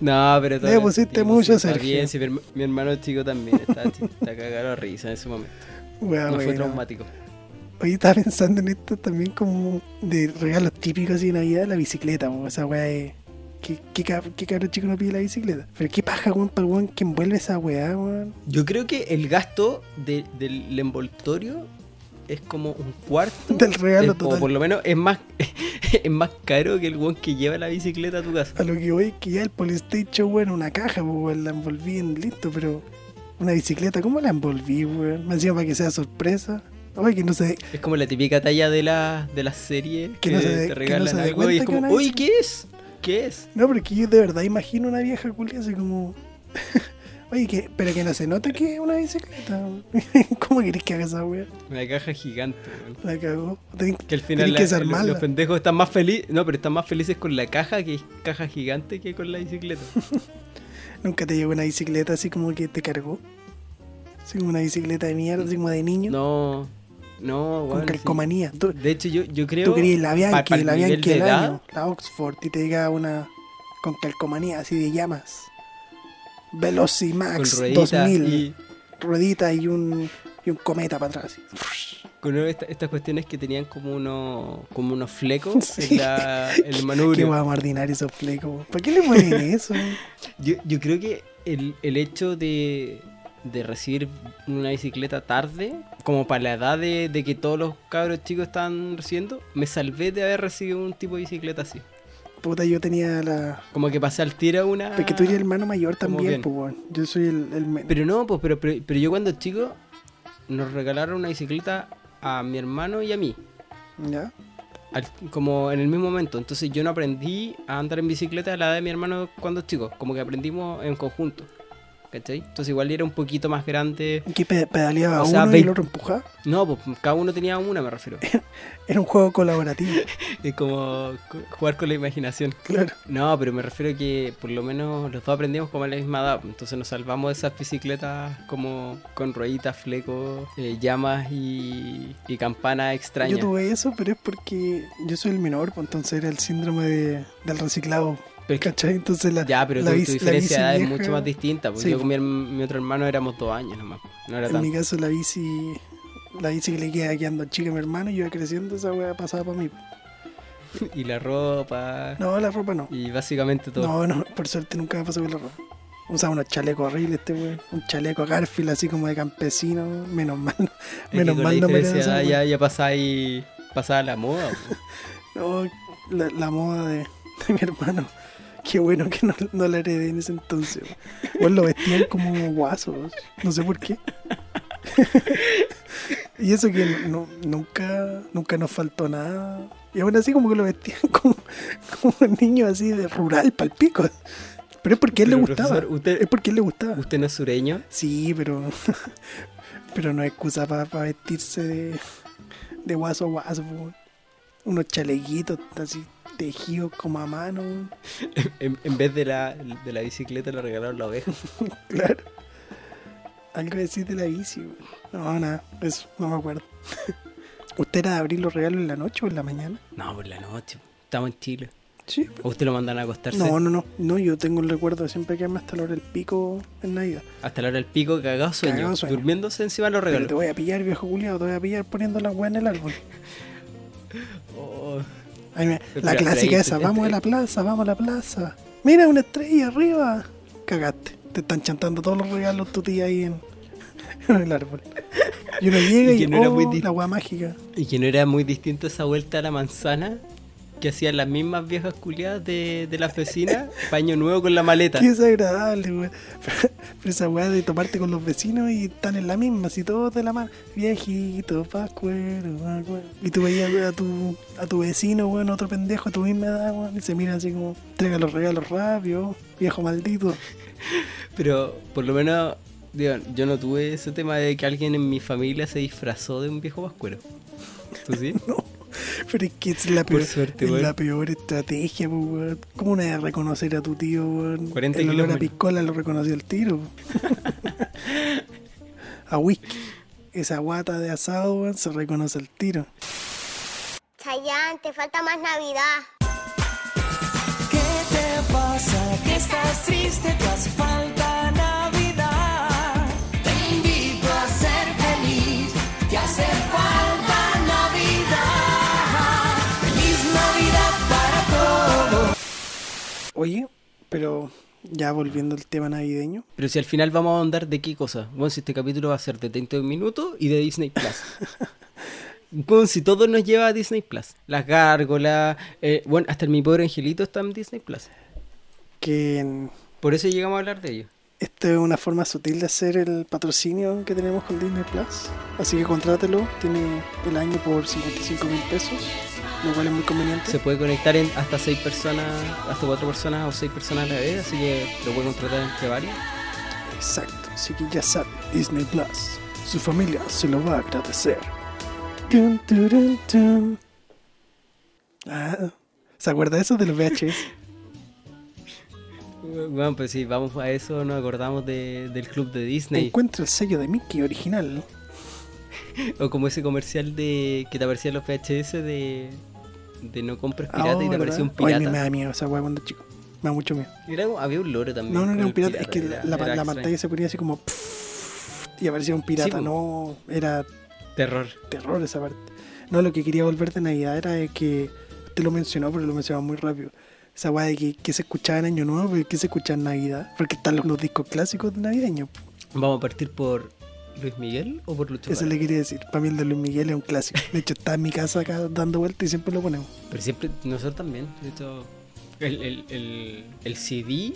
[SPEAKER 1] No, pero todo
[SPEAKER 2] Le
[SPEAKER 1] lo
[SPEAKER 2] pusiste
[SPEAKER 1] entendimos,
[SPEAKER 2] mucho,
[SPEAKER 1] sí, está
[SPEAKER 2] Sergio.
[SPEAKER 1] bien, sí, mi, herma- mi hermano chico también está, está cagado de risa en ese momento.
[SPEAKER 2] Weón,
[SPEAKER 1] no fue
[SPEAKER 2] bueno.
[SPEAKER 1] traumático.
[SPEAKER 2] Hoy estaba pensando en esto también como de regalos típicos así de Navidad, la bicicleta, po, esa weá de... ¿Qué, qué, cab- qué cabrón chico no pide la bicicleta? Pero qué paja, weón, para el weón que envuelve esa weá, weón.
[SPEAKER 1] Yo creo que el gasto de- del envoltorio es como un cuarto
[SPEAKER 2] Del regalo
[SPEAKER 1] o
[SPEAKER 2] total.
[SPEAKER 1] por lo menos es más, es más caro que el guan que lleva la bicicleta a tu casa.
[SPEAKER 2] A lo que voy es que ya el Polystation, weón, una caja, po, weón, la envolví en listo, pero... Una bicicleta, ¿cómo la envolví, weón? Me decían para que sea sorpresa. Oye, que no sé...
[SPEAKER 1] Es como la típica talla de la, de la serie
[SPEAKER 2] Que
[SPEAKER 1] que,
[SPEAKER 2] no se dé-
[SPEAKER 1] te
[SPEAKER 2] que no se
[SPEAKER 1] regalan
[SPEAKER 2] dé
[SPEAKER 1] algo y
[SPEAKER 2] cuenta
[SPEAKER 1] es
[SPEAKER 2] que
[SPEAKER 1] como,
[SPEAKER 2] una
[SPEAKER 1] uy,
[SPEAKER 2] bici-
[SPEAKER 1] ¿qué es? ¿Qué es?
[SPEAKER 2] No, porque yo de verdad imagino una vieja culia así como... Oye, que, pero que no se note que es una bicicleta. weón. ¿Cómo querés que haga esa weá?
[SPEAKER 1] Una caja gigante, weón.
[SPEAKER 2] La cagó. Tenés-
[SPEAKER 1] Que al final
[SPEAKER 2] tenés
[SPEAKER 1] la-
[SPEAKER 2] que
[SPEAKER 1] lo-
[SPEAKER 2] desarmarla.
[SPEAKER 1] los pendejos están más felices. No, pero están más felices con la caja que es caja gigante que con la bicicleta.
[SPEAKER 2] Nunca te llegó una bicicleta así como que te cargó. Así como una bicicleta de mierda, así como de niño.
[SPEAKER 1] No, no,
[SPEAKER 2] con
[SPEAKER 1] weón, sí.
[SPEAKER 2] calcomanía. Tú,
[SPEAKER 1] De hecho, yo, yo creo.
[SPEAKER 2] tú querías la
[SPEAKER 1] pa-
[SPEAKER 2] Bianchi,
[SPEAKER 1] para el
[SPEAKER 2] la
[SPEAKER 1] nivel
[SPEAKER 2] Bianchi
[SPEAKER 1] de
[SPEAKER 2] del
[SPEAKER 1] edad,
[SPEAKER 2] año, la Oxford, y te llega una con calcomanía así de llamas.
[SPEAKER 1] Con
[SPEAKER 2] Velocimax
[SPEAKER 1] rueditas
[SPEAKER 2] 2000.
[SPEAKER 1] y
[SPEAKER 2] Ruedita y un, y un cometa para atrás.
[SPEAKER 1] con una de esta- estas cuestiones que tenían como unos como unos flecos
[SPEAKER 2] Sí.
[SPEAKER 1] en la- en el
[SPEAKER 2] Qué
[SPEAKER 1] manubrio.
[SPEAKER 2] vamos a ordinar esos flecos. ¿Para qué le ponen eso?
[SPEAKER 1] Yo, yo creo que el, el hecho de, de recibir una bicicleta tarde, como para la edad de, de que todos los cabros chicos estaban recibiendo, me salvé de haber recibido un tipo de bicicleta así.
[SPEAKER 2] Puta, yo tenía la.
[SPEAKER 1] Como que pasé al tiro a una.
[SPEAKER 2] Porque tú eres el hermano mayor
[SPEAKER 1] Como
[SPEAKER 2] también,
[SPEAKER 1] bien.
[SPEAKER 2] pues, weón. Yo soy el, el men-
[SPEAKER 1] Pero no, pues, pero, pero, pero yo cuando chico nos regalaron una bicicleta a mi hermano y a mí,
[SPEAKER 2] ¿Ya?
[SPEAKER 1] al- como en el mismo momento. Entonces yo no aprendí a andar en bicicleta a la edad de mi hermano cuando chico, como que aprendimos en conjunto. ¿Cachai? Entonces igual era un poquito más grande.
[SPEAKER 2] ¿Qué pe- pedaleaba
[SPEAKER 1] O sea,
[SPEAKER 2] uno y el
[SPEAKER 1] vein-
[SPEAKER 2] otro empujaba?
[SPEAKER 1] No, pues cada uno tenía una, me refiero.
[SPEAKER 2] Era un juego colaborativo,
[SPEAKER 1] Es como cu- jugar con la imaginación.
[SPEAKER 2] claro.
[SPEAKER 1] No, pero me refiero que por lo menos los dos aprendimos como a la misma edad. Entonces nos salvamos de esas bicicletas como con rueditas, flecos, eh, llamas y, y campanas extrañas.
[SPEAKER 2] Yo tuve eso, pero es porque yo soy el menor, pues entonces era el síndrome de- del reciclado.
[SPEAKER 1] Pero es que-
[SPEAKER 2] ¿Cachai? Entonces la,
[SPEAKER 1] Ya, pero
[SPEAKER 2] la
[SPEAKER 1] tu, tu
[SPEAKER 2] bici- la
[SPEAKER 1] diferencia de edad
[SPEAKER 2] bici
[SPEAKER 1] es mucho
[SPEAKER 2] vieja-
[SPEAKER 1] más distinta. Porque
[SPEAKER 2] Sí,
[SPEAKER 1] yo
[SPEAKER 2] po.
[SPEAKER 1] con mi, herm- mi otro hermano éramos dos años nomás. No era
[SPEAKER 2] En mi
[SPEAKER 1] tanto.
[SPEAKER 2] caso la bici, la bici que le queda quedando chica a mi hermano, y yo iba creciendo, esa weá pasaba para mí.
[SPEAKER 1] Y la ropa.
[SPEAKER 2] No, la ropa no.
[SPEAKER 1] Y básicamente todo.
[SPEAKER 2] No, no, por suerte nunca me pasó con la ropa. Usaba unos chalecos horribles este weón, un chaleco Garfield así como de campesino, menos mal,
[SPEAKER 1] Es que
[SPEAKER 2] menos
[SPEAKER 1] con
[SPEAKER 2] mal
[SPEAKER 1] la
[SPEAKER 2] no me
[SPEAKER 1] diferencia
[SPEAKER 2] esa
[SPEAKER 1] de edad
[SPEAKER 2] weá.
[SPEAKER 1] ya, ya pasáis- pasaba la moda. po.
[SPEAKER 2] No, Oh, la, la moda de, de mi hermano. Qué bueno que no, no la heredé en ese entonces. weón. Weón, lo vestían como guasos. No sé por qué. y eso que no, nunca, nunca nos faltó nada. Y aún así como que lo vestían como, como un niño así de rural, palpico. Pero es porque a él le
[SPEAKER 1] Pero,
[SPEAKER 2] gustaba.
[SPEAKER 1] profesor, usted-
[SPEAKER 2] Es porque a él le gustaba.
[SPEAKER 1] ¿Usted no es sureño?
[SPEAKER 2] Sí, pero. pero no es excusa para vestirse de. de guaso a guaso, po, weón. Unos chalequitos así tejidos como a mano, weón.
[SPEAKER 1] En, en vez de la, de la bicicleta le regalaron la oveja.
[SPEAKER 2] Claro. Algo decir de la bici, weón. No, nada, eso, no me acuerdo. ¿Usted era de abrir los regalos en la noche o en la mañana?
[SPEAKER 1] No, por la noche. po. Estamos en Chile.
[SPEAKER 2] Sí.
[SPEAKER 1] ¿O usted lo mandan a acostarse?
[SPEAKER 2] No, no, no. No, yo tengo el recuerdo de siempre quedarme hasta la hora del pico en Navidad.
[SPEAKER 1] Hasta la hora del pico, cagado sueño.
[SPEAKER 2] Cagado sueño.
[SPEAKER 1] Durmiéndose encima de los
[SPEAKER 2] Pero
[SPEAKER 1] regalos.
[SPEAKER 2] te voy a pillar, viejo culiado, te voy a pillar poniendo la weá en el árbol.
[SPEAKER 1] Oh,
[SPEAKER 2] Ay, me-
[SPEAKER 1] Pero
[SPEAKER 2] la
[SPEAKER 1] te la
[SPEAKER 2] clásica
[SPEAKER 1] creíste,
[SPEAKER 2] esa,
[SPEAKER 1] te-
[SPEAKER 2] vamos a la plaza, vamos a la plaza. Mira una estrella arriba. Cagaste. Te están chantando todos los regalos tu tía ahí en, en el árbol. Y uno llega
[SPEAKER 1] Y
[SPEAKER 2] y,
[SPEAKER 1] que no era
[SPEAKER 2] oh,
[SPEAKER 1] muy dist-
[SPEAKER 2] la agua mágica.
[SPEAKER 1] Y que no era muy distinto esa vuelta a la manzana que hacían las mismas viejas culiadas de, de las vecinas, paño nuevo con la maleta.
[SPEAKER 2] Qué desagradable, güey. Pero, pero esa weá de tomarte con los vecinos y están en la misma, si todos de la mano. Viejito, pascuero, pascuero. Y tú veías güey, a tu, a tu vecino, weón, otro pendejo, a tu misma edad, weón, y se mira así como, entrega los regalos rápido, viejo maldito.
[SPEAKER 1] Pero por lo menos, digo, yo no tuve ese tema de que alguien en mi familia se disfrazó de un viejo vascuero. ¿Tú sí?
[SPEAKER 2] No, pero es que es la
[SPEAKER 1] Por
[SPEAKER 2] peor,
[SPEAKER 1] suerte,
[SPEAKER 2] es
[SPEAKER 1] weón.
[SPEAKER 2] la peor estrategia, po, weón. ¿Cómo no hay a reconocer a tu tío, weón?
[SPEAKER 1] 40
[SPEAKER 2] el olor a
[SPEAKER 1] kilómetros.
[SPEAKER 2] piscola lo reconoció el tiro. a whisky. Esa guata de asado, weón, se reconoce el tiro.
[SPEAKER 9] Chayanne, te falta más Navidad.
[SPEAKER 2] Oye, pero ya volviendo al tema navideño.
[SPEAKER 1] Pero si al final vamos a ahondar de qué cosa. Bueno, si este capítulo va a ser de 30 minutos y de Disney Plus. Bueno, si todo nos lleva a Disney Plus. Las gárgolas. eh, bueno, hasta el mi pobre angelito está en Disney Plus.
[SPEAKER 2] Que en-
[SPEAKER 1] Por eso llegamos a hablar de ello.
[SPEAKER 2] esta es una forma sutil de hacer el patrocinio que tenemos con Disney Plus. Así que contrátelo, tiene el año por 55 mil pesos, lo cual es muy conveniente.
[SPEAKER 1] Se puede conectar en hasta 6 personas, hasta 4 personas o 6 personas a la vez, así que lo puede contratar entre varios.
[SPEAKER 2] Exacto, así que ya saben, Disney Plus, su familia se lo va a agradecer. Tun, turun, tun. Ah, ¿Se acuerda eso de los VHS?
[SPEAKER 1] Bueno, pues si vamos a eso, nos acordamos de- del club de Disney.
[SPEAKER 2] Encuentra el sello de Mickey original. ¿no?
[SPEAKER 1] O como ese comercial de que te aparecían los VHS de, de no compres pirata
[SPEAKER 2] Ah,
[SPEAKER 1] y te
[SPEAKER 2] ¿verdad?
[SPEAKER 1] aparecía un
[SPEAKER 2] Ay, me- me
[SPEAKER 1] pirata.
[SPEAKER 2] da miedo esa weá cuando chico. Me da mucho miedo.
[SPEAKER 1] Era un- había un loro también.
[SPEAKER 2] No, no
[SPEAKER 1] con
[SPEAKER 2] era un
[SPEAKER 1] el
[SPEAKER 2] pirata, es que la, la-
[SPEAKER 1] era
[SPEAKER 2] la
[SPEAKER 1] extraño.
[SPEAKER 2] pantalla se ponía así como. pff, Y aparecía un pirata,
[SPEAKER 1] po.
[SPEAKER 2] no. Era
[SPEAKER 1] Terror.
[SPEAKER 2] terror esa parte. No, lo que quería volver de Navidad era de que. Te lo mencionó, pero lo mencionaba muy rápido. Esa weá de que, que se escuchaba en Año Nuevo, pero que se escuchaba en Navidad. Porque están los, los discos clásicos navideños. po.
[SPEAKER 1] Vamos a partir por Luis Miguel o por Lucho
[SPEAKER 2] Eso
[SPEAKER 1] Jara?
[SPEAKER 2] le quería decir. Para mí el de Luis Miguel es un clásico. De hecho, está en mi casa acá dando vueltas y siempre lo ponemos.
[SPEAKER 1] Pero siempre, nosotros también. De hecho, el, el, el, el CD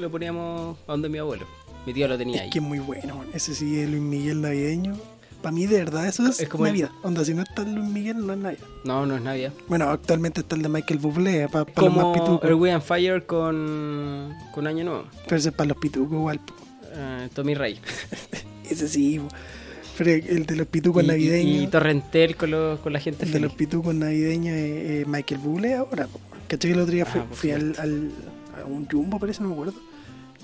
[SPEAKER 1] lo poníamos a donde mi abuelo. Mi tío lo tenía ahí.
[SPEAKER 2] Es que es muy bueno, man. ese sí es Luis Miguel navideño. Para mí, de verdad, eso es,
[SPEAKER 1] Es como el-
[SPEAKER 2] Navidad. Onda, si no está el Luis Miguel, no es Navidad.
[SPEAKER 1] No, no es Navidad.
[SPEAKER 2] Bueno, actualmente está el de Michael Bublé, para los más
[SPEAKER 1] Como
[SPEAKER 2] pitucos.
[SPEAKER 1] el We and Fire con, con Año Nuevo.
[SPEAKER 2] Pero ese es para los pitucos igual. po.
[SPEAKER 1] eh, Tommy Ray.
[SPEAKER 2] Ese sí, po. Pero el de los pitucos
[SPEAKER 1] Y- y-
[SPEAKER 2] navideños.
[SPEAKER 1] Y, Torrentel con, los- con la gente
[SPEAKER 2] El de los
[SPEAKER 1] feliz.
[SPEAKER 2] pitucos navideños es es Michael Bublé ahora. po. ¿Cachai que el otro día fui,
[SPEAKER 1] Ah, por
[SPEAKER 2] fui al, al- a un jumbo, parece, no me acuerdo.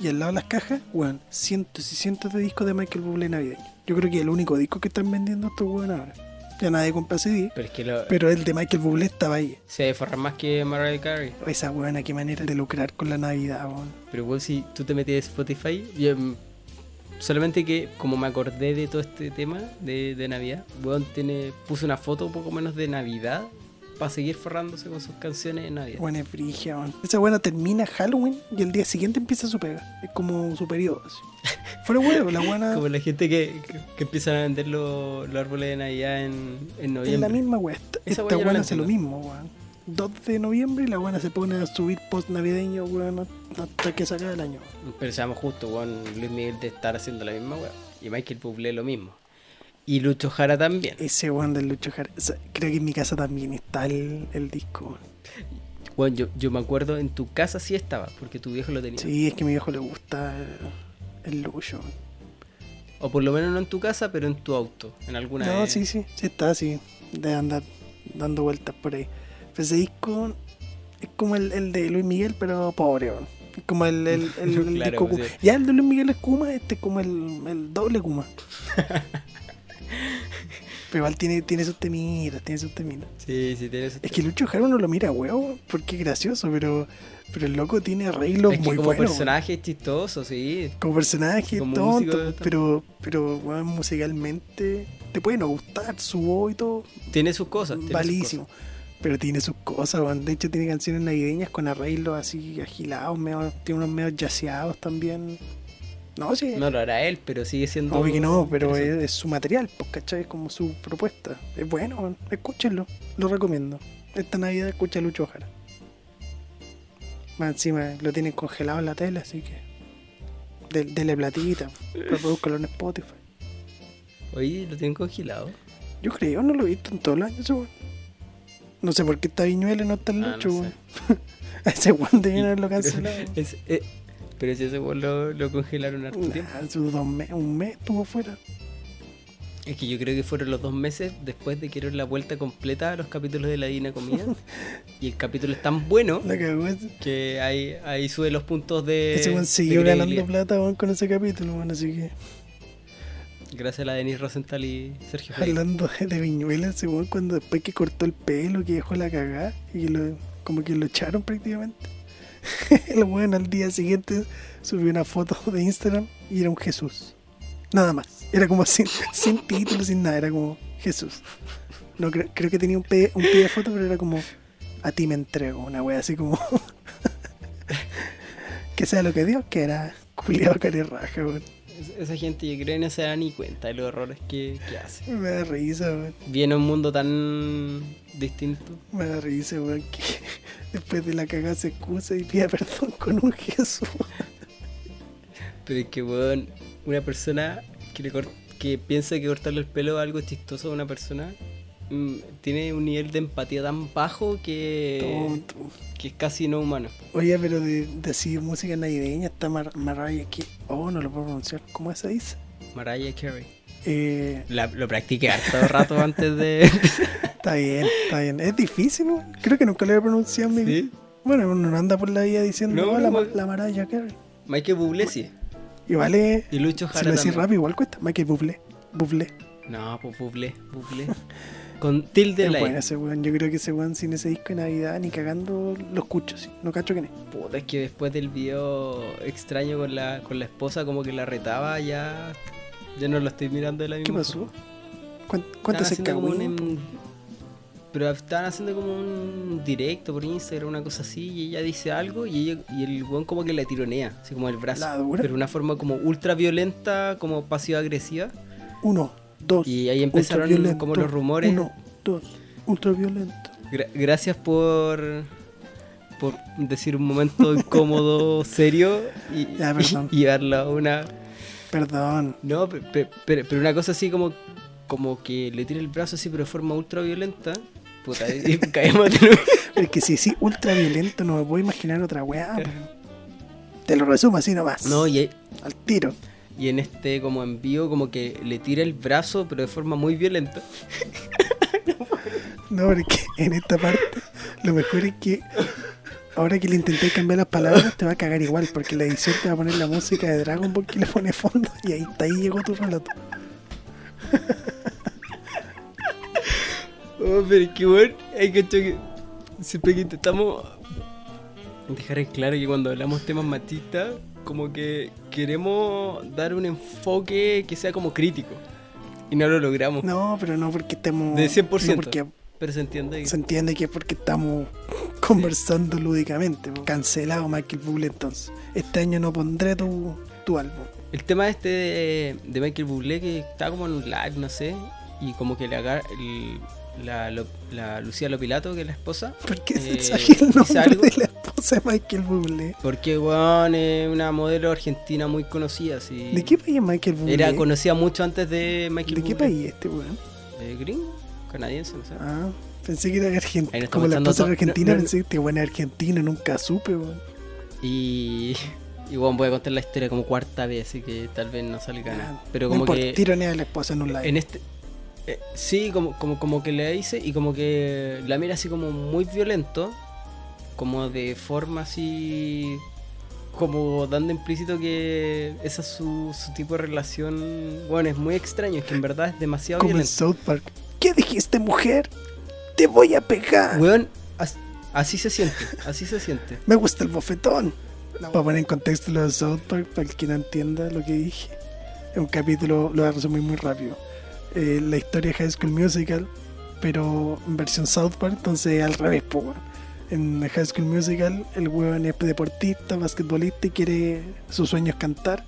[SPEAKER 2] Y al lado de las cajas, weón, cientos y cientos de discos de Michael Bublé navideño. Yo creo que es el único disco que están vendiendo estos weón ahora. Ya nadie compra CD,
[SPEAKER 1] Pero es que lo-
[SPEAKER 2] pero el de Michael Bublé estaba ahí.
[SPEAKER 1] se forran más que Mariah Carey.
[SPEAKER 2] Esa weona, qué manera de lucrar con la Navidad, weón.
[SPEAKER 1] Pero igual si tú te metes a Spotify, y, em, solamente que como me acordé de todo este tema de, de Navidad, weón tiene, puso una foto un poco menos de Navidad para seguir forrándose con sus canciones de Navidad.
[SPEAKER 2] Buena es frigia, weón. Esa buena termina Halloween y el día siguiente empieza su pega. Es como su periodo. así. Fuera huevo, la buena
[SPEAKER 1] Como la gente que, que, que empiezan a vender los- los árboles de Navidad en, en noviembre.
[SPEAKER 2] es la misma weá. Esta-
[SPEAKER 1] Esa
[SPEAKER 2] Esta
[SPEAKER 1] weá yo no la
[SPEAKER 2] buena hace lo
[SPEAKER 1] entiendo.
[SPEAKER 2] mismo, weón. 2 de noviembre y la buena se pone a subir post navideño, weón, hasta que saca el año.
[SPEAKER 1] Pero seamos justos, weón, Luis Miguel de estar haciendo la misma weón. Y Michael Bublé lo mismo. Y Lucho Jara también.
[SPEAKER 2] Ese weón del Lucho Jara. o sea, creo que en mi casa también está el, el disco, weón.
[SPEAKER 1] Weón, yo, yo me acuerdo en tu casa sí estaba, porque tu viejo lo tenía.
[SPEAKER 2] Sí, es que a mi viejo le gusta el, el Lucho, weón.
[SPEAKER 1] O por lo menos no en tu casa, pero en tu auto. En alguna
[SPEAKER 2] No,
[SPEAKER 1] de-
[SPEAKER 2] sí, sí, sí está así, de andar dando vueltas por ahí. Pues ese disco es como el, el de Luis Miguel, pero pobre, weón. Es como el, el, el- el
[SPEAKER 1] Claro,
[SPEAKER 2] disco
[SPEAKER 1] pues,
[SPEAKER 2] Kuma.
[SPEAKER 1] sí.
[SPEAKER 2] Ya el de Luis Miguel es Kuma, este es como el, el doble Kuma. pero igual tiene, tiene sus temitas, tiene sus temitas.
[SPEAKER 1] Sí, sí, tienes.
[SPEAKER 2] Es que Lucho Jara uno lo mira, weón, porque es gracioso, pero, pero el loco tiene arreglos
[SPEAKER 1] Es que
[SPEAKER 2] muy
[SPEAKER 1] como
[SPEAKER 2] buenos. weón.
[SPEAKER 1] personaje es chistoso, sí.
[SPEAKER 2] Como personaje,
[SPEAKER 1] Como músico,
[SPEAKER 2] tonto,
[SPEAKER 1] también.
[SPEAKER 2] pero, pero weón, musicalmente te puede no gustar su voz y todo,
[SPEAKER 1] Tiene sus cosas. tiene sus
[SPEAKER 2] Valísimo. Pero tiene sus cosas, weón. De hecho, tiene canciones navideñas con arreglos así agilados, medio- tiene unos medios yaceados también. No, sí.
[SPEAKER 1] cosas. No lo hará él, pero sigue siendo.
[SPEAKER 2] Obvio que no, pero es,
[SPEAKER 1] interesante.
[SPEAKER 2] es su material, pues, ¿cachai? Es como su propuesta. Es bueno, weón. escúchenlo. Lo recomiendo. Esta Navidad escucha a Lucho Ojara. Más encima lo tienen congelado en la tele, así que. de- Dele platita, reproduzcalo en Spotify.
[SPEAKER 1] Oye, lo tienen congelado.
[SPEAKER 2] Yo creo, no lo he visto en todo el año, ese weón. No sé por qué está Viñuela y no está el
[SPEAKER 1] Ah,
[SPEAKER 2] Lucho,
[SPEAKER 1] no sé.
[SPEAKER 2] weón. A ese weón
[SPEAKER 1] Y-
[SPEAKER 2] debían haberlo cancelado.
[SPEAKER 1] Pero, es- eh, pero si ese weón lo, lo congelaron harto tiempo.
[SPEAKER 2] Nah, sus dos mes- un mes estuvo fuera.
[SPEAKER 1] Es que yo creo que fueron los dos meses después de que dieron la vuelta completa a los capítulos de la Dina Comida. y el capítulo es tan bueno
[SPEAKER 2] La cagó ese.
[SPEAKER 1] que ahí, ahí sube los puntos de.
[SPEAKER 2] Ese
[SPEAKER 1] Eh, de
[SPEAKER 2] weón siguió ganando
[SPEAKER 1] credibilidad.
[SPEAKER 2] plata, weón, con ese capítulo, weón, así que.
[SPEAKER 1] Gracias a la Denise Rosenthal y Sergio Freire.
[SPEAKER 2] Hablando de, de Viñuela, ese weón, cuando después que cortó el pelo, que dejó la cagada, y lo, como que lo echaron prácticamente. el weón al día siguiente subió una foto de Instagram y era un Jesús. Nada más. Era como sin, sin título, sin nada, era como Jesús. No, creo, creo que tenía un pie, un pie de foto, pero era como a ti me entrego, una wea así como. que sea lo que Dios quiera. Culiado carerraja, weón.
[SPEAKER 1] Es- Esa gente yo creo que no se da ni cuenta de los errores que, que hace.
[SPEAKER 2] Me da risa, weón.
[SPEAKER 1] Viene un mundo tan distinto.
[SPEAKER 2] Me da risa, weón, que después de la cagada se excusa y pida perdón con un Jesús.
[SPEAKER 1] Pero es que, weón, una persona que, le cor- que piensa que cortarle el pelo es algo chistoso a una persona mm, tiene un nivel de empatía tan bajo que,
[SPEAKER 2] Tonto.
[SPEAKER 1] que es casi no humano.
[SPEAKER 2] Oye, pero de, de así música navideña está Mar Mariah que Oh, no lo puedo pronunciar. ¿Cómo se dice?
[SPEAKER 1] Mariah Carey.
[SPEAKER 2] Eh,
[SPEAKER 1] La- lo practiqué harto rato antes de.
[SPEAKER 2] está bien, está bien. Es difícil, weón. Creo que nunca lo he pronunciado en mi vida.
[SPEAKER 1] ¿Sí?
[SPEAKER 2] Bueno, uno no anda por la vida diciendo
[SPEAKER 1] No,
[SPEAKER 2] "Oh,
[SPEAKER 1] no,
[SPEAKER 2] la, Ma-
[SPEAKER 1] no.
[SPEAKER 2] la Mariah Carey.
[SPEAKER 1] Michael Bublé sí.
[SPEAKER 2] Y vale,
[SPEAKER 1] Y Lucho Jara
[SPEAKER 2] si lo decís
[SPEAKER 1] también.
[SPEAKER 2] rápido igual cuesta. Michael Bublé. Bublé.
[SPEAKER 1] No, pues Bublé, Bublé. Con tilde
[SPEAKER 2] Es
[SPEAKER 1] la E.
[SPEAKER 2] bueno ese weón. Yo creo que ese weón sin ese disco de Navidad ni cagando lo escucho. sí. No cacho quién es.
[SPEAKER 1] Puta, es que después del video extraño con la, con la esposa, como que la retaba, ya. Ya no lo estoy mirando de la misma
[SPEAKER 2] ¿Qué pasó? ¿Cuán- ¿Cuántas se
[SPEAKER 1] Estaban
[SPEAKER 2] cagó?
[SPEAKER 1] haciendo como un em- Pero estaban haciendo como un directo por Instagram, una cosa así, y ella dice algo y, ella- y el weón como que la tironea, así como el brazo.
[SPEAKER 2] ¿La dura?
[SPEAKER 1] Pero de una forma como ultra violenta, como pasiva-agresiva.
[SPEAKER 2] Uno, dos.
[SPEAKER 1] Y ahí empezaron
[SPEAKER 2] ultraviolento,
[SPEAKER 1] como los rumores.
[SPEAKER 2] Uno, dos. Ultraviolento.
[SPEAKER 1] Gra- gracias por por decir un momento incómodo, serio y,
[SPEAKER 2] Ya, perdón.
[SPEAKER 1] y llevarla a una
[SPEAKER 2] Perdón.
[SPEAKER 1] No, pe- pe- pero, pero una cosa así como, como que le tira el brazo así, pero de forma ultra violenta. Puta, y caemos de nuevo.
[SPEAKER 2] Es que si sí, ultraviolento, no me puedo imaginar otra weá. po. Te lo resumo así nomás.
[SPEAKER 1] No, y,
[SPEAKER 2] Al tiro.
[SPEAKER 1] y en este como envío como que le tira el brazo pero de forma muy violenta.
[SPEAKER 2] No, pero es que en esta parte lo mejor es que ahora que le intenté cambiar las palabras te va a cagar igual porque la edición te va a poner la música de Dragon Ball que le pone fondo y ahí, hasta ahí llegó tu relato.
[SPEAKER 1] Oh, pero es que bueno, hay que que siempre que intentamos dejar en claro que cuando hablamos temas machistas como que queremos dar un enfoque que sea como crítico y no lo logramos.
[SPEAKER 2] No, pero no porque estamos...
[SPEAKER 1] De 100%.
[SPEAKER 2] no porque
[SPEAKER 1] Pero se entiende
[SPEAKER 2] se
[SPEAKER 1] que...
[SPEAKER 2] entiende que es porque estamos conversando lúdicamente. po. Cancelado Michael Bublé entonces. Este año no pondré tu, tu álbum.
[SPEAKER 1] El tema este de, de Michael Bublé que estaba como en un live, no sé, y como que le agar- el- la, lo- la Lucía Lopilato, que es la esposa,
[SPEAKER 2] ¿Por qué
[SPEAKER 1] Eh,
[SPEAKER 2] se sale el
[SPEAKER 1] ¿dice
[SPEAKER 2] nombre
[SPEAKER 1] algo?
[SPEAKER 2] de la esposa de Michael Bublé?
[SPEAKER 1] porque weón es una modelo argentina muy conocida, sí.
[SPEAKER 2] ¿De qué país es Michael Bublé?
[SPEAKER 1] Era conocida mucho antes de Michael
[SPEAKER 2] ¿De qué
[SPEAKER 1] Bublé.
[SPEAKER 2] país es este weón?
[SPEAKER 1] Eh, gringo, canadiense, no sé.
[SPEAKER 2] Ah, pensé que era
[SPEAKER 1] Ahí
[SPEAKER 2] argentino.
[SPEAKER 1] nos
[SPEAKER 2] Como la
[SPEAKER 1] estamos echando to-
[SPEAKER 2] esposa era argentina,
[SPEAKER 1] no, no,
[SPEAKER 2] pensé que este weón es argentino, nunca supe, weón.
[SPEAKER 1] Y, y bueno, voy a contar la historia como cuarta vez, así que tal vez no salga nada.
[SPEAKER 2] Ah,
[SPEAKER 1] Pero
[SPEAKER 2] no
[SPEAKER 1] como
[SPEAKER 2] importa,
[SPEAKER 1] que
[SPEAKER 2] tironea a la esposa en un live.
[SPEAKER 1] en este... eh, sí, como, como, como que le dice y como que la mira así como muy violento, como de forma así... Como dando implícito que esa es su, su tipo de relación. Bueno, es muy extraño, es que en verdad es demasiado
[SPEAKER 2] Como en
[SPEAKER 1] violento.
[SPEAKER 2] South Park. ¿Qué dijiste, mujer? Te voy a pegar.
[SPEAKER 1] Weón, as- así se siente, así se siente.
[SPEAKER 2] Me gusta el bofetón. Para poner en contexto lo de South Park, para el que no entienda lo que dije, es un capítulo, lo voy a resumir muy rápido. Eh, la historia de High School Musical, pero en versión South Park, entonces al revés, po, weón. En High School Musical, el weón es deportista, basquetbolista y quiere su sueño es cantar.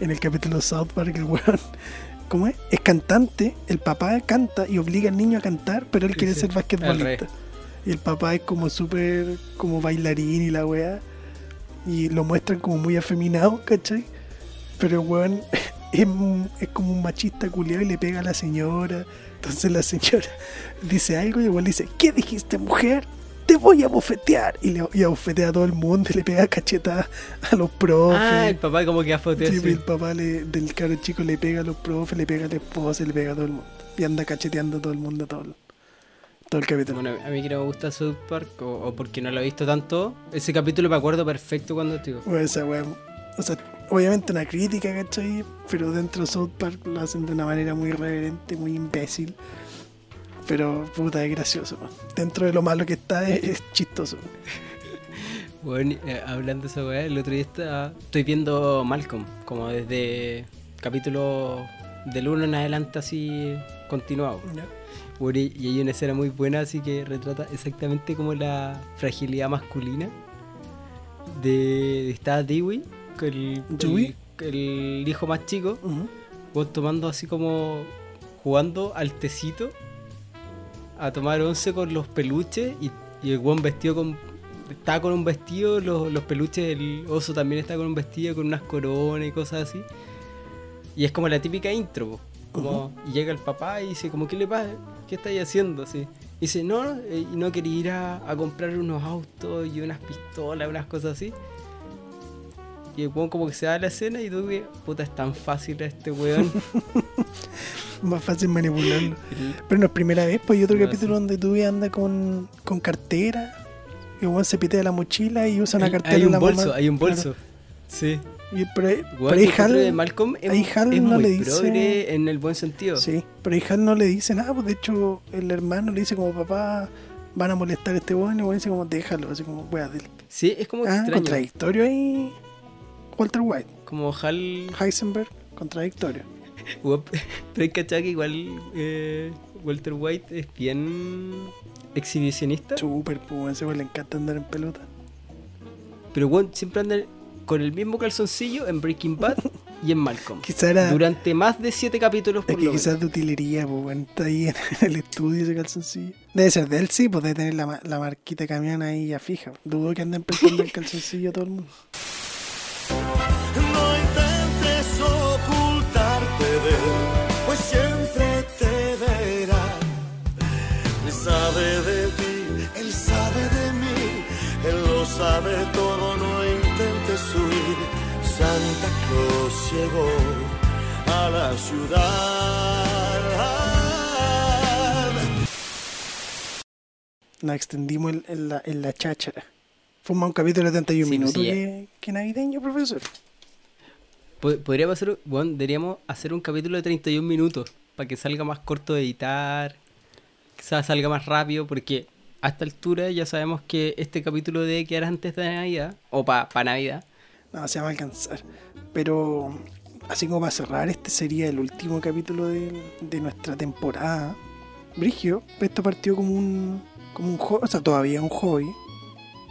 [SPEAKER 2] En el capítulo de South Park, el weón, ¿cómo es? Es cantante, el papá canta y obliga al niño a cantar, pero él
[SPEAKER 1] Sí,
[SPEAKER 2] quiere
[SPEAKER 1] sí,
[SPEAKER 2] ser basquetbolista.
[SPEAKER 1] al
[SPEAKER 2] Y el papá es como súper, como bailarín y la weá. Y lo muestran como muy afeminado, ¿cachai? Pero el weón es, un- es como un machista culiado y le pega a la señora. Entonces la señora dice algo y el weón le dice, ¿qué dijiste mujer? Te voy a bofetear. Y, le, y abofetea a todo el mundo y le pega cachetada a los profes.
[SPEAKER 1] Ah, el papá como que afotea
[SPEAKER 2] Oh, Sí,
[SPEAKER 1] así.
[SPEAKER 2] el papá le- del caro chico le pega a los profes, le pega a la esposa, le pega a todo el mundo. Y anda cacheteando a todo el mundo todo el, todo el capítulo.
[SPEAKER 1] Bueno, a mí que no me gusta South Park, o, o porque no lo he visto tanto, ese capítulo me acuerdo perfecto cuando estuvo.
[SPEAKER 2] Bueno, esa wea, O sea, obviamente una crítica, ¿cachai? Pero dentro de South Park lo hacen de una manera muy irreverente, muy imbécil. Pero puta, es gracioso. man. Dentro de lo malo que está, es, es chistoso.
[SPEAKER 1] Bueno, eh, hablando de esa weá, el otro día estaba- estoy viendo Malcolm, como desde capítulo del 1 en adelante así continuado.
[SPEAKER 2] ¿ya?
[SPEAKER 1] Bueno, y y hay una escena muy buena, así que retrata exactamente como la fragilidad masculina de, de esta Dewey, con el,
[SPEAKER 2] ¿Dewey?
[SPEAKER 1] el- el hijo más chico.
[SPEAKER 2] Ujú.
[SPEAKER 1] Vos tomando así como jugando al tecito a tomar once con los peluches y, y el buen vestido con está con un vestido, los, los peluches, el oso también está con un vestido, con unas coronas y cosas así. Y es como la típica intro, po. como y llega el papá y dice como ¿qué le pasa? ¿Qué estáis haciendo? Así. Y dice, no, no, eh, no quería ir a, a comprar unos autos y unas pistolas, unas cosas así. Y el weón como que se da la escena y tú que, puta, es tan fácil a este weón.
[SPEAKER 2] Más fácil manipularlo. Pero no es primera vez, pues hay otro
[SPEAKER 1] No,
[SPEAKER 2] capítulo
[SPEAKER 1] sí.
[SPEAKER 2] donde tú anda con, con cartera. Y el weón se pitea la mochila y usa una
[SPEAKER 1] Hay-
[SPEAKER 2] cartera
[SPEAKER 1] hay
[SPEAKER 2] de
[SPEAKER 1] un
[SPEAKER 2] la mamá.
[SPEAKER 1] bolso, hay un
[SPEAKER 2] Claro.
[SPEAKER 1] bolso. Sí.
[SPEAKER 2] Y- pero,
[SPEAKER 1] Weón,
[SPEAKER 2] pero ahí
[SPEAKER 1] el encuentro
[SPEAKER 2] Hal-
[SPEAKER 1] de Malcolm es,
[SPEAKER 2] ahí Hal
[SPEAKER 1] es
[SPEAKER 2] no
[SPEAKER 1] muy
[SPEAKER 2] le dice-
[SPEAKER 1] progre en el buen sentido.
[SPEAKER 2] Sí, pero ahí Hal no le dice nada, pues de hecho el hermano le dice como papá, van a molestar a este weón, y el weón dice como déjalo, así como wea del.
[SPEAKER 1] Sí, es como
[SPEAKER 2] Ah,
[SPEAKER 1] extraño.
[SPEAKER 2] contradictorio ahí. Walter White,
[SPEAKER 1] Como Hal.
[SPEAKER 2] Heisenberg, contradictorio.
[SPEAKER 1] Weón, Pero hay que cachar que igual eh, Walter White es bien exhibicionista.
[SPEAKER 2] Super, pues weón, ese weón le encanta andar en pelota.
[SPEAKER 1] Pero weón, siempre anda con el mismo calzoncillo en Breaking Bad y en Malcolm.
[SPEAKER 2] Quizá era.
[SPEAKER 1] Durante más de siete capítulos
[SPEAKER 2] Es
[SPEAKER 1] por
[SPEAKER 2] que
[SPEAKER 1] lo menos.
[SPEAKER 2] quizás de utilería, pues weón, está ahí en el estudio ese calzoncillo. Debe ser de él, sí, pues debe tener la, ma- la marquita de camión ahí ya fija. Dudo que anden pensando el calzoncillo a todo el mundo.
[SPEAKER 10] No intentes ocultarte de él, pues siempre te verá. Él sabe de ti, él sabe de mí, él lo sabe todo, no intentes huir. Santa Claus llegó. a la ciudad.
[SPEAKER 2] Nos extendimos en, en la, en la cháchara. Fue más un capítulo de 31
[SPEAKER 1] Sí, pues,
[SPEAKER 2] minutos
[SPEAKER 1] sí,
[SPEAKER 2] que, que navideño, profesor.
[SPEAKER 1] Po- Podríamos hacer, bueno, deberíamos hacer un capítulo de 31 minutos para que salga más corto de editar, quizás salga más rápido, porque a esta altura ya sabemos que este capítulo debe quedar antes de Navidad, o para Navidad.
[SPEAKER 2] No, se va a alcanzar. Pero así como para cerrar, este sería el último capítulo de, de nuestra temporada. Brigio, esto partió como un, como un hobby, o sea, todavía un hobby.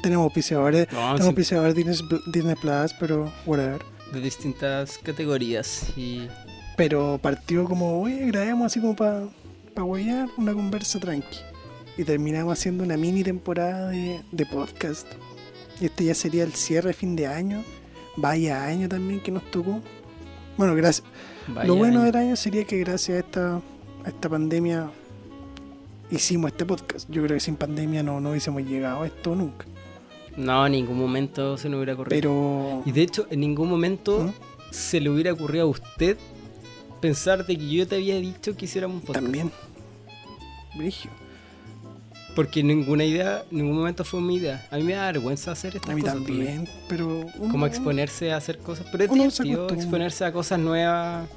[SPEAKER 2] Tenemos auspiciadores,
[SPEAKER 1] No,
[SPEAKER 2] tenemos
[SPEAKER 1] sí.
[SPEAKER 2] auspiciadores de Disney, Pl- Disney Plus, pero whatever.
[SPEAKER 1] De distintas categorías. Y
[SPEAKER 2] Pero partió como, oye, grabemos así como para pa huevear, una conversa tranqui. Y terminamos haciendo una mini temporada de, de podcast. Y este ya sería el cierre de fin de año. Vaya año también que nos tocó. Bueno, gracias.
[SPEAKER 1] vaya
[SPEAKER 2] Lo bueno
[SPEAKER 1] año.
[SPEAKER 2] del año sería que gracias a esta, a esta pandemia hicimos este podcast. Yo creo que sin pandemia no, no hubiésemos llegado a esto nunca.
[SPEAKER 1] No, en ningún momento se nos hubiera ocurrido.
[SPEAKER 2] Pero
[SPEAKER 1] Y de hecho, en ningún momento
[SPEAKER 2] ¿Mm?
[SPEAKER 1] se le hubiera ocurrido a usted pensar de que yo te había dicho que hiciéramos un podcast.
[SPEAKER 2] también, Brigio,
[SPEAKER 1] Porque ninguna idea, ningún momento fue mi idea. A mí me da vergüenza hacer estas
[SPEAKER 2] a mí
[SPEAKER 1] cosas.
[SPEAKER 2] también, pero... uno-
[SPEAKER 1] Como exponerse a hacer cosas. Pero es
[SPEAKER 2] Uno se
[SPEAKER 1] divertido
[SPEAKER 2] acostumbra.
[SPEAKER 1] exponerse a cosas nuevas.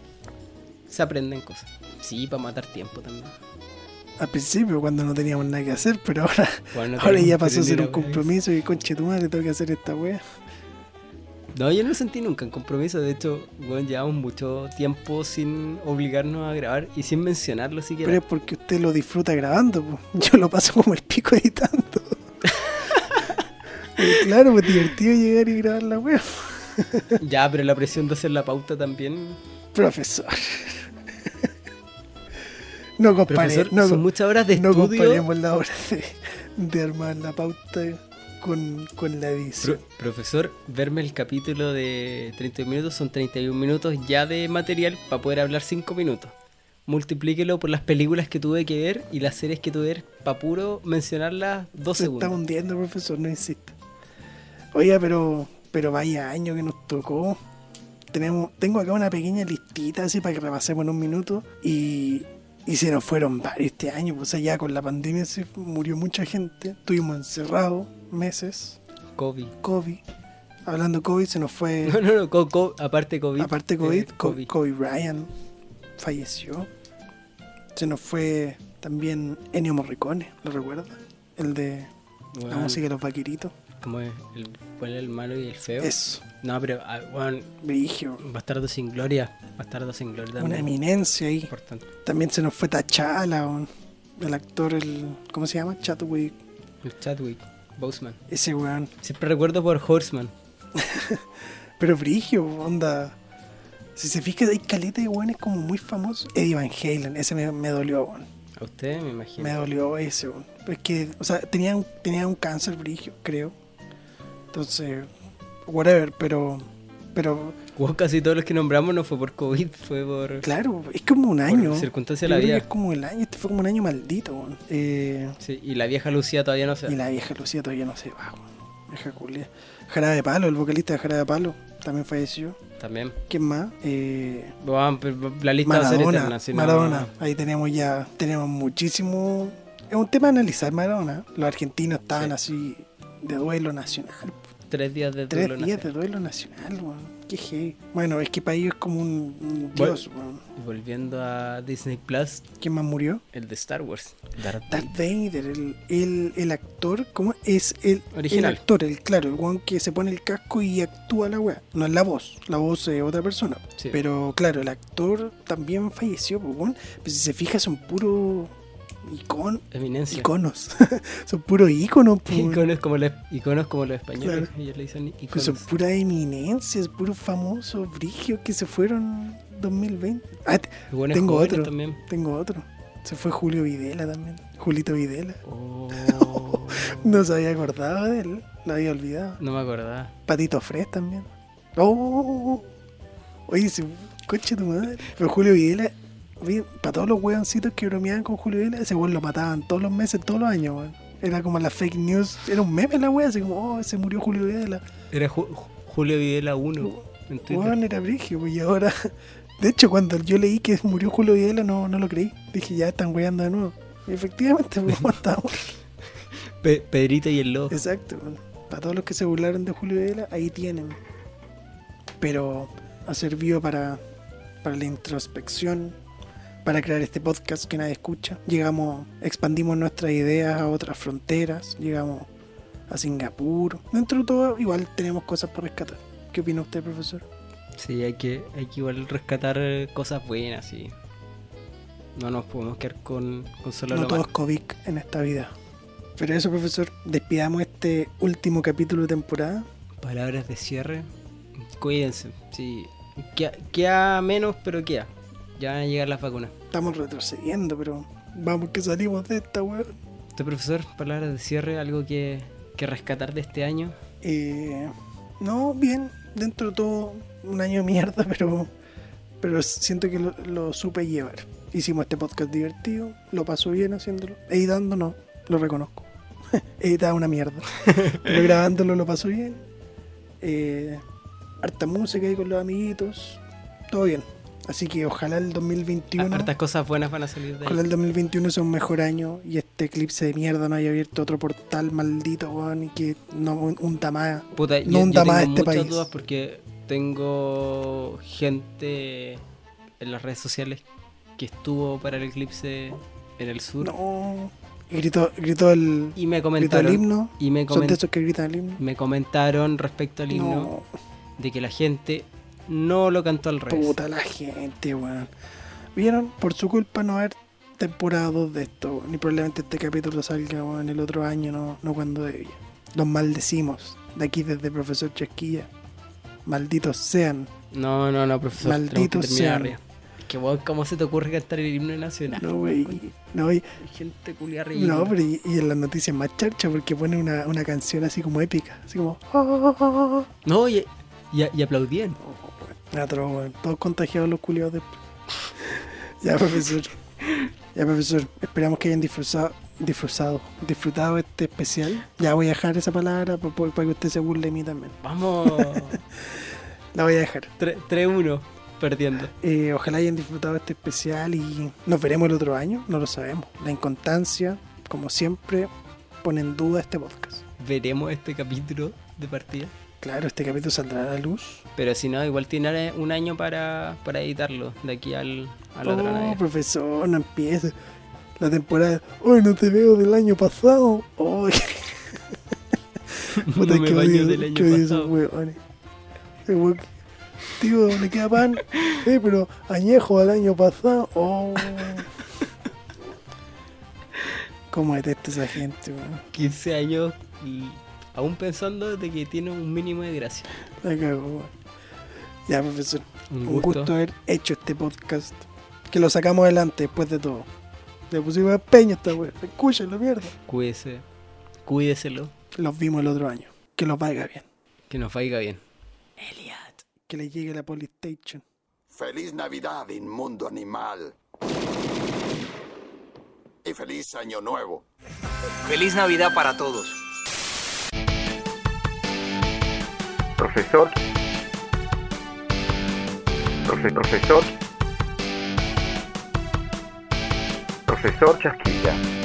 [SPEAKER 1] Se aprenden cosas. Sí, para matar tiempo también.
[SPEAKER 2] Al principio cuando no teníamos nada que hacer, pero ahora,
[SPEAKER 1] Bueno, no
[SPEAKER 2] ahora
[SPEAKER 1] tenemos
[SPEAKER 2] ya
[SPEAKER 1] que
[SPEAKER 2] pasó a ser
[SPEAKER 1] aprender
[SPEAKER 2] un
[SPEAKER 1] a ver.
[SPEAKER 2] compromiso y conche tu madre, tengo que hacer esta wea.
[SPEAKER 1] No, yo no lo sentí nunca en compromiso. De hecho, bueno, llevamos mucho tiempo sin obligarnos a grabar y sin mencionarlo
[SPEAKER 2] Pero
[SPEAKER 1] siquiera.
[SPEAKER 2] es porque usted lo disfruta grabando, po. yo lo paso como el pico editando. Y claro, pues divertido llegar y grabar la wea.
[SPEAKER 1] Ya, pero la presión de hacer la pauta también.
[SPEAKER 2] Profesor. No compare,
[SPEAKER 1] Profesor,
[SPEAKER 2] no,
[SPEAKER 1] son
[SPEAKER 2] com-
[SPEAKER 1] muchas horas de
[SPEAKER 2] no
[SPEAKER 1] estudio.
[SPEAKER 2] comparemos la hora de, de armar la pauta con, con la edición.
[SPEAKER 1] Pro- profesor, verme el capítulo de 31 minutos son 31 minutos ya de material para poder hablar 5 minutos. Multiplíquelo por las películas que tuve que ver y las series que tuve que ver para puro mencionarlas 2
[SPEAKER 2] Se está
[SPEAKER 1] segundos.
[SPEAKER 2] hundiendo, profesor, no insista. Oiga, pero, pero vaya año que nos tocó. Tenemos, tengo acá una pequeña listita así para que repasemos en un minuto. Y, y se nos fueron varios este año. O sea, ya con la pandemia se murió mucha gente. Estuvimos encerrados meses.
[SPEAKER 1] COVID.
[SPEAKER 2] COVID. Hablando de COVID, se nos fue.
[SPEAKER 1] No, no, no, co- co- aparte COVID.
[SPEAKER 2] Aparte
[SPEAKER 1] eh,
[SPEAKER 2] COVID, Kobe, Kobe Bryant falleció. Se nos fue también Ennio Morricone, ¿lo recuerda? El de la
[SPEAKER 1] Bueno,
[SPEAKER 2] música de los vaqueritos.
[SPEAKER 1] ¿Cómo es? El, bueno, el malo y el feo?
[SPEAKER 2] Eso,
[SPEAKER 1] No, pero, ah, bueno,
[SPEAKER 2] Brigio.
[SPEAKER 1] Bastardo sin gloria. Bastardo sin gloria
[SPEAKER 2] Una
[SPEAKER 1] también.
[SPEAKER 2] eminencia ahí.
[SPEAKER 1] Importante.
[SPEAKER 2] También se nos fue Tachala, un- el actor, el. ¿Cómo se llama? Chatwick.
[SPEAKER 1] El Chadwick, Boseman.
[SPEAKER 2] Ese weón.
[SPEAKER 1] Siempre recuerdo por Horseman.
[SPEAKER 2] Pero Brigio, onda. Si se fija, hay caleta de weones como muy famosos. Eddie Van Halen, ese me, me dolió, weón.
[SPEAKER 1] A usted, me imagino.
[SPEAKER 2] Me dolió ese, weón. Pero es que, o sea, tenía un, tenía un cáncer brigio, creo. Entonces, whatever, pero. Pero,
[SPEAKER 1] Wow, casi todos los que nombramos no fue por COVID, fue por...
[SPEAKER 2] claro, es como un año.
[SPEAKER 1] Pues, circunstancia de
[SPEAKER 2] Yo
[SPEAKER 1] la
[SPEAKER 2] creo que
[SPEAKER 1] vida.
[SPEAKER 2] Es como el año, este fue como un año maldito, weón. Eh,
[SPEAKER 1] Sí, y la vieja Lucía todavía no se...
[SPEAKER 2] Y la vieja Lucía todavía no se va, weón. Vieja culia. Jarabe de Palo, el vocalista de Jarabe de Palo, también falleció.
[SPEAKER 1] También.
[SPEAKER 2] ¿Quién más? Eh,
[SPEAKER 1] Bueno, pero la lista va a ser
[SPEAKER 2] Maradona,
[SPEAKER 1] eterna. si no-
[SPEAKER 2] Maradona. Ahí tenemos ya, tenemos muchísimo. Es un tema a analizar Maradona. Los argentinos estaban así de duelo nacional.
[SPEAKER 1] Tres días de
[SPEAKER 2] Tres
[SPEAKER 1] duelo
[SPEAKER 2] días
[SPEAKER 1] nacional.
[SPEAKER 2] de duelo nacional, weón. Qué heavy. Bueno, es que para ellos es como un, un
[SPEAKER 1] Bueno.
[SPEAKER 2] dios, weón.
[SPEAKER 1] Y Volviendo a Disney Plus,
[SPEAKER 2] ¿Quién más murió?
[SPEAKER 1] el de Star Wars.
[SPEAKER 2] Darth Vader, el, el, el actor, ¿cómo es el, el
[SPEAKER 1] Original.
[SPEAKER 2] actor? El claro, el weón que se pone el casco y actúa la weá. No es la voz, la voz es otra persona.
[SPEAKER 1] Sí.
[SPEAKER 2] Pero claro, el actor también falleció, pues weón. Pero si se fija, son puros icon,
[SPEAKER 1] Eminencia.
[SPEAKER 2] iconos. son puros iconos, pues, weón.
[SPEAKER 1] Iconos como los, iconos como los españoles.
[SPEAKER 2] Claro.
[SPEAKER 1] Ellos le dicen iconos.
[SPEAKER 2] Pues son puras eminencias, puros famosos, brigios que se fueron 2020. Ah, t-
[SPEAKER 1] Y buenos
[SPEAKER 2] tengo
[SPEAKER 1] jóvenes
[SPEAKER 2] otro,
[SPEAKER 1] también.
[SPEAKER 2] tengo otro. Se fue Julio Videla también. Julito Videla.
[SPEAKER 1] Oh,
[SPEAKER 2] No se había acordado de él, lo había olvidado.
[SPEAKER 1] no me acordaba.
[SPEAKER 2] Patito Fres también. ¡Oh! Oye, se, coche tu madre. Pero Julio Videla, para todos los weoncitos que bromeaban con Julio Videla, ese weón lo mataban todos los meses, todos los años, weón. Era como la fake news, era un meme la wea, así como, oh, se murió Julio Videla.
[SPEAKER 1] Era Ju- Ju- Julio Videla 1 en Twitter.
[SPEAKER 2] Weón era brigio, pues, y ahora De hecho, cuando yo leí que murió Julio Videla, no, no lo creí. Dije, ya están weando de nuevo. Y efectivamente, pues, estamos.
[SPEAKER 1] Pe- Pedrito y el lobo.
[SPEAKER 2] Exacto. bueno. Para todos los que se burlaron de Julio Videla, ahí tienen. Pero ha servido para, para la introspección, para crear este podcast que nadie escucha. Llegamos, expandimos nuestras ideas a otras fronteras, llegamos a Singapur. Dentro de todo, igual tenemos cosas por rescatar. ¿Qué opina usted, profesor?
[SPEAKER 1] Sí, hay que, hay que igual rescatar eh, cosas buenas, sí. No nos podemos quedar con, con solo
[SPEAKER 2] No
[SPEAKER 1] lo
[SPEAKER 2] todos
[SPEAKER 1] malo.
[SPEAKER 2] COVID en esta vida. Pero eso, profesor, despidamos este último capítulo de temporada.
[SPEAKER 1] Palabras de cierre. Cuídense, sí. Queda, queda menos, pero queda. Ya van a llegar las vacunas.
[SPEAKER 2] Estamos retrocediendo, pero vamos que salimos de esta, weón.
[SPEAKER 1] Usted, profesor, palabras de cierre, algo que, que rescatar de este año.
[SPEAKER 2] Eh, no, bien, dentro de todo, un año de mierda, pero, pero siento que lo, lo supe llevar. Hicimos este podcast divertido, lo paso bien haciéndolo. Editando no, lo reconozco. Editaba una mierda. pero grabándolo lo paso bien. Eh, harta música ahí con los amiguitos. Todo bien. Así que ojalá el 2021.
[SPEAKER 1] Ah, Hartas cosas buenas van a salir de ahí.
[SPEAKER 2] Ojalá el 2021 sea un mejor año y este eclipse de mierda no haya abierto otro portal maldito, weón, y que no hunta más.
[SPEAKER 1] Puta,
[SPEAKER 2] no
[SPEAKER 1] yo, yo
[SPEAKER 2] hunda
[SPEAKER 1] tengo
[SPEAKER 2] más
[SPEAKER 1] muchas
[SPEAKER 2] este país.
[SPEAKER 1] dudas porque tengo gente en las redes sociales que estuvo para el eclipse en el sur
[SPEAKER 2] No. Y Gritó, gritó el,
[SPEAKER 1] y me
[SPEAKER 2] gritó el
[SPEAKER 1] comentaron
[SPEAKER 2] himno.
[SPEAKER 1] y me,
[SPEAKER 2] Son de
[SPEAKER 1] comen-
[SPEAKER 2] esos que gritan el himno.
[SPEAKER 1] me comentaron respecto al himno
[SPEAKER 2] No,
[SPEAKER 1] de que la gente no lo cantó al revés.
[SPEAKER 2] puta la gente, weón. ¿Vieron? Por su culpa no haber temporada 2 de esto, weón. Y probablemente este capítulo salga, weón, el otro año, no, no cuando debía. Los maldecimos. De aquí desde Profesor Chasquilla. Malditos sean.
[SPEAKER 1] No, no, no, profesor. tenemos que
[SPEAKER 2] Malditos
[SPEAKER 1] terminar
[SPEAKER 2] sean.
[SPEAKER 1] arriba. Es que, weón, ¿cómo se te ocurre cantar el himno nacional?
[SPEAKER 2] No, wey. No, y-
[SPEAKER 1] Hay Gente culia ridícula.
[SPEAKER 2] No, pues. pero y, y en las noticias más charcha porque pone una, una canción así como épica, así como... "Oh, oh, oh,
[SPEAKER 1] No, y, y- y aplaudían.
[SPEAKER 2] oh". Atro, weón. Todos contagiados los culiados después. ya, profesor. Ya, profesor. Esperamos que hayan disfrutado, disfrutado, disfrutado este especial. Ya voy a dejar esa palabra pa- pa- para, que usted se burle de mí también.
[SPEAKER 1] Vamos,
[SPEAKER 2] La voy a dejar.
[SPEAKER 1] tre- 3-1 perdiendo.
[SPEAKER 2] Eh, ojalá hayan disfrutado este especial y nos veremos el otro año. No lo sabemos. La inconstancia, como siempre, pone en duda este podcast.
[SPEAKER 1] veremos este capítulo de partida.
[SPEAKER 2] Claro, este capítulo saldrá a la luz.
[SPEAKER 1] Pero si no, igual tiene un año para, para editarlo de aquí al, a la otra
[SPEAKER 2] Oh,
[SPEAKER 1] Navidad.
[SPEAKER 2] profesor, no empieza. La temporada. Hoy no te veo del año pasado. Oh,
[SPEAKER 1] No me baño del año pasado.
[SPEAKER 2] Tío, ¿le queda pan? Eh, pero añejo al año pasado. Oh. ¿Cómo detesto a esa gente, weón?
[SPEAKER 1] 15 años y aún pensando de que tiene un mínimo de gracia.
[SPEAKER 2] La cago, weón. Ya, profesor.
[SPEAKER 1] Un
[SPEAKER 2] Un
[SPEAKER 1] gusto.
[SPEAKER 2] gusto. haber hecho este podcast. Que lo sacamos adelante después de todo. Le pusimos empeño a esta weón. Escúchenlo, mierda.
[SPEAKER 1] Cuídese. Cuídeselo.
[SPEAKER 2] los vimos el otro año. Que los vaya bien.
[SPEAKER 1] Que nos vaya bien.
[SPEAKER 2] Que les llegue la Polystation.
[SPEAKER 11] Feliz Navidad, inmundo animal. Y feliz año nuevo.
[SPEAKER 12] Feliz Navidad para todos.
[SPEAKER 3] Profesor. Profe- profesor. Profesor Chasquilla.